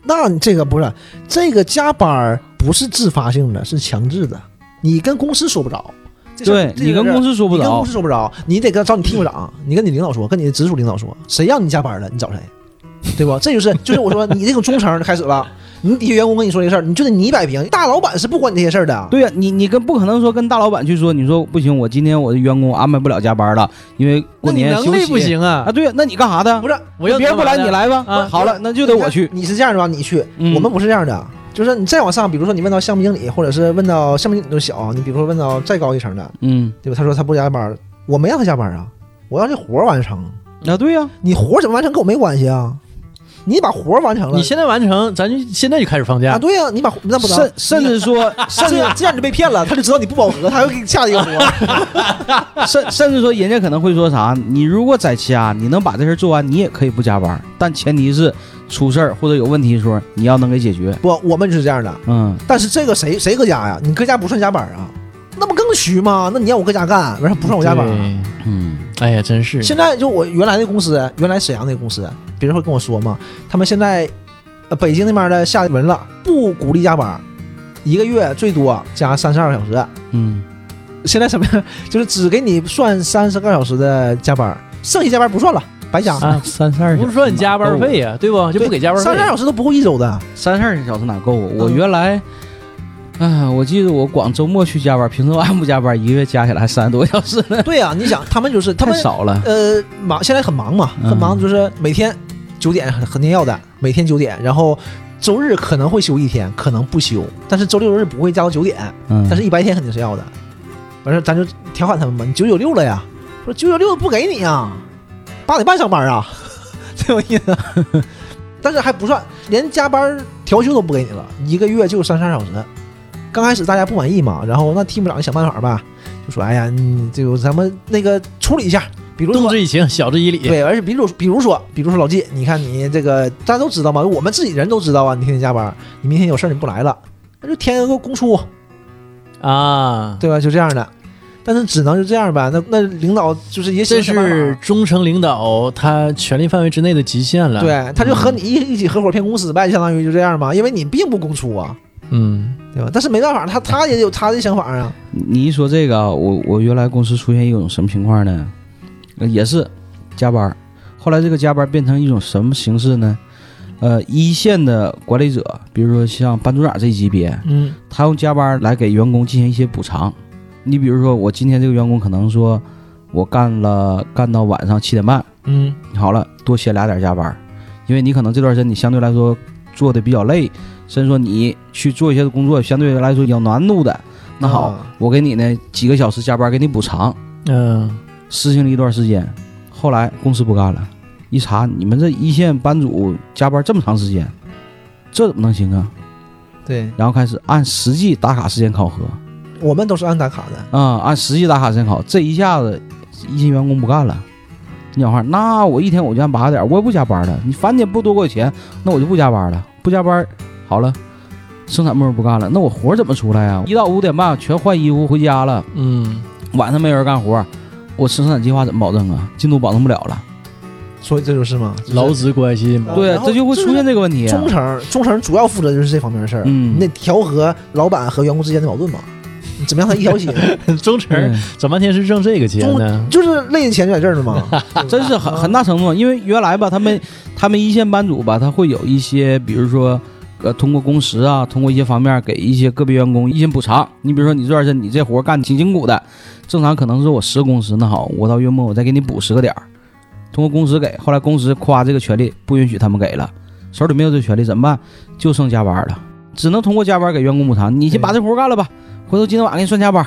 S2: 那你这个不是这个加班儿不是自发性的，是强制的，你跟公司说不着。这事儿
S3: 对你跟公司说不
S2: 你跟
S3: 着
S2: 公司，说不着，你得跟找你替部长，你跟你领导说，跟你的直属领导说，谁让你加班了，你找谁， 对吧？这就是就是我说你这种中层开始了，你底下员工跟你说这事儿，你就得你摆平，大老板是不管你这些事儿的。
S3: 对呀、你你跟不可能说跟大老板去说，你说不行，我今天我的员工安排不了加班了，因为
S1: 那
S3: 过
S1: 你
S3: 年
S1: 能
S3: 休
S1: 力
S3: 息
S1: 不行啊
S3: 啊。！对呀、那你干啥的
S2: 不？是，
S1: 我要
S3: 别人不来，你。来吧。
S1: 啊
S3: 好了，那就得我去。
S2: 你是这样的吧？你去，
S3: 嗯
S2: 我们不是这样的，就是你再往上，比如说你问到项目经理，或者是问到项目经理都小，你比如说问到再高一层的，
S3: 嗯，
S2: 对吧？他说他不加班，我没让他加班啊，我让这活儿完成。
S3: 啊对呀、
S2: 你活儿怎么完成跟我没关系啊，你把活儿完成了，
S1: 你现在完成，咱就现在就开始放假。
S2: 啊，对呀、你把活那不能
S3: 甚。甚至说，甚
S2: 这
S3: 至
S2: 样这样你就被骗了，他就知道你不饱和，他又给你下一个活儿。
S3: 甚甚至说，人家可能会说啥？你如果在家，你能把这事儿做完，你也可以不加班，但前提是出事儿或者有问题的时候，你要能给解决。
S2: 不，我们就是这样的。
S3: 嗯，
S2: 但是这个谁谁搁家呀？你搁家不算加班啊？那不更虚吗？那你让我搁家干，为啥不上我家班？啊
S1: 对
S3: 嗯，
S1: 哎呀，真是
S2: 现在就我原来的公司，原来沈阳那个公司，别人会跟我说嘛，他们现在，呃，北京那边的下文了，不鼓励加班，一个月最多加三十二个小时。
S3: 嗯，
S2: 现在什么呀？就是只给你算三十个小时的加班，剩下加班不算了，白加。
S1: 啊，
S3: 三十二
S1: 不是说你加班费呀，对不？就不给加班
S2: 三十二
S1: 费。
S2: 小时都不够一周的。
S3: 三十二小时哪够啊？我
S2: 嗯
S3: 原来，哎，我记得我光周末去加班，平时晚不加班，一个月加起来还三十多个小时呢，
S2: 对呀、你想他们就是他
S3: 太
S2: 们
S3: 少了。
S2: 呃忙，现在很忙嘛，很忙，
S3: 嗯
S2: 就是每天九点很很要的，每天九点，然后周日可能会休一天，可能不休，但是周六日不会加到九点，
S3: 嗯，
S2: 呃但是一白天肯定是要的。完事儿咱就调侃他们嘛，你九九六了呀？说九九六不给你呀，八点半上班啊， 这有意思。但是还不算，连加班调休都不给你了，一个月就三十二小时。刚开始大家不满意嘛，然后那 team 长就想办法吧，就说哎呀，你这个咱们那个处理一下，比如
S1: 动
S2: 说
S1: 之以情，晓之以理。
S2: 对，而且比如比如说，比如说老季，你看你这个大家都知道嘛，我们自己人都知道啊，你天天加班，你明天有事儿你不来了，那就添个公出，
S1: 啊，
S2: 对吧？就这样的，但是只能就这样吧。那那领导就是也
S1: 这
S2: 想想办法啊
S1: 是忠诚领导他权力范围之内的极限了。，
S2: 对，他就和
S3: 嗯
S2: 你一一起合伙骗公司呗，就相当于就这样嘛，因为你并不公出啊，
S1: 嗯，
S2: 对吧？但是没办法，他他也有他的想法啊，
S3: 你一说这个啊，我我原来公司出现一种什么情况呢？呃也是加班儿，后来这个加班儿变成一种什么形式呢？呃，一线的管理者，比如说像班组长这一级别，
S2: 嗯
S3: 他用加班来给员工进行一些补偿。你比如说，我今天这个员工可能说，我干了干到晚上七点半，
S2: 嗯
S3: 好了，多歇俩点儿加班儿，因为你可能这段时间你相对来说做的比较累，甚至说你去做一些工作相对来说有难度的，那好，
S2: 啊
S3: 我给你呢几个小时加班给你补偿，
S1: 嗯，
S3: 实行了一段时间，后来公司不干了，一查你们这一线班组加班这么长时间，这怎么能行啊？
S2: 对
S3: 然后开始按实际打卡时间考核
S2: 我们都是按打卡的，
S3: 啊、按实际打卡时间考，这一下子一线员工不干了。你讲话，那我一天我就按八个点，我也不加班了。你反正也不多给我钱，那我就不加班了。不加班，好了，生产部门不干了，那我活儿怎么出来呀、一到五点半全换衣服回家了，
S1: 嗯，
S3: 晚上没有人干活，我生产计划怎么保证啊？进度保证不了了。
S2: 所以这就是嘛，就是
S1: 劳资关系嘛
S2: 啊。
S3: 对
S2: 哦然，后
S3: 这就会出现这个问题。
S2: 中层中层主要负责就是这方面的事儿，
S3: 嗯
S2: 你得调和老板和员工之间的矛盾嘛，你怎么样才一条心？
S1: 忠诚
S2: 嗯
S3: 对
S1: 整半天是挣这个钱呢。
S2: 就是累的钱就在这儿呢嘛， 啊
S3: 真是很很大程度，因为原来吧，他们他们一线班组吧，他会有一些，比如说，呃，通过工时啊，通过一些方面给一些个别员工一些补偿。你比如说，你这段时间你这活干得挺辛苦的，正常可能是我十个工时，那好，我到月末我再给你补十个点儿，通过工时给。后来工时夸这个权利不允许他们给了，手里没有这权利怎么办？就剩加班了，只能通过加班给员工补偿。你先把这活干了吧，回头今天晚上给你算加班。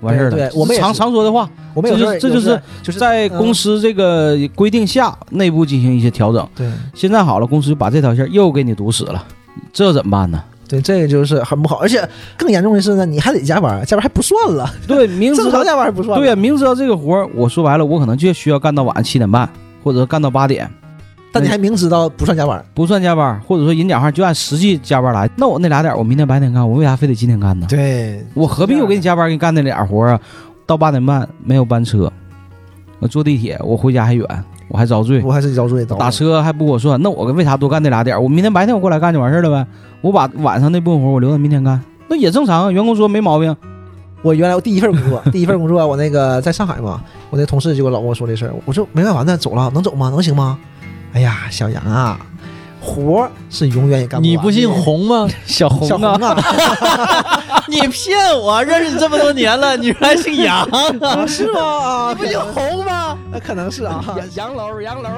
S3: 完事儿了，
S2: 对对我们也
S3: 常
S2: 是
S3: 常说的话，
S2: 我们有时候
S3: 这就这就是
S2: 有
S3: 嗯
S2: 时候就是
S3: 在公司这个规定下，内部进行一些调整。
S2: 对
S3: 现在好了，公司就把这条线又给你堵死了，这怎么办呢？
S2: 对，这个就是很不好，而且更严重的是呢，你还得加班，加班还不算了，
S3: 对，明知
S2: 正
S3: 道
S2: 常加班还不算了，
S3: 对呀、啊明知道这个活儿，我说白了，我可能就需要干到晚上七点半，或者干到八点，
S2: 但你还明知道不算加班，
S3: 不算加班，或者说人讲话就按实际加班来。那我那俩点儿我明天白天干，我为啥非得今天干呢？
S2: 对，
S3: 我何必我给你加班给你干那俩活儿啊？到八点半没有班车，我坐地铁，我回家还远，我还遭罪。
S2: 我还是遭罪，遭
S3: 打车还不给我算，那我为啥多干那俩点儿？我明天白天我过来干就完事儿了呗。我把晚上那部分活儿我留到明天干，那也正常啊。员工说没毛病，
S2: 我原来我第一份工作，第一份工作我那个在上海嘛，我那同事就跟我老跟我说这事儿，我说没办法，那走了能走吗？能行吗？哎呀，小杨啊，活儿是永远也干不完的。
S1: 你不信红吗？
S3: 小
S2: 小啊红
S3: 红啊，
S2: 啊？
S1: 你骗我！认识你这么多年了，你原来姓杨 啊？
S2: 是吗？啊，
S1: 红吗？
S2: 可能是啊。
S3: 杨楼杨楼。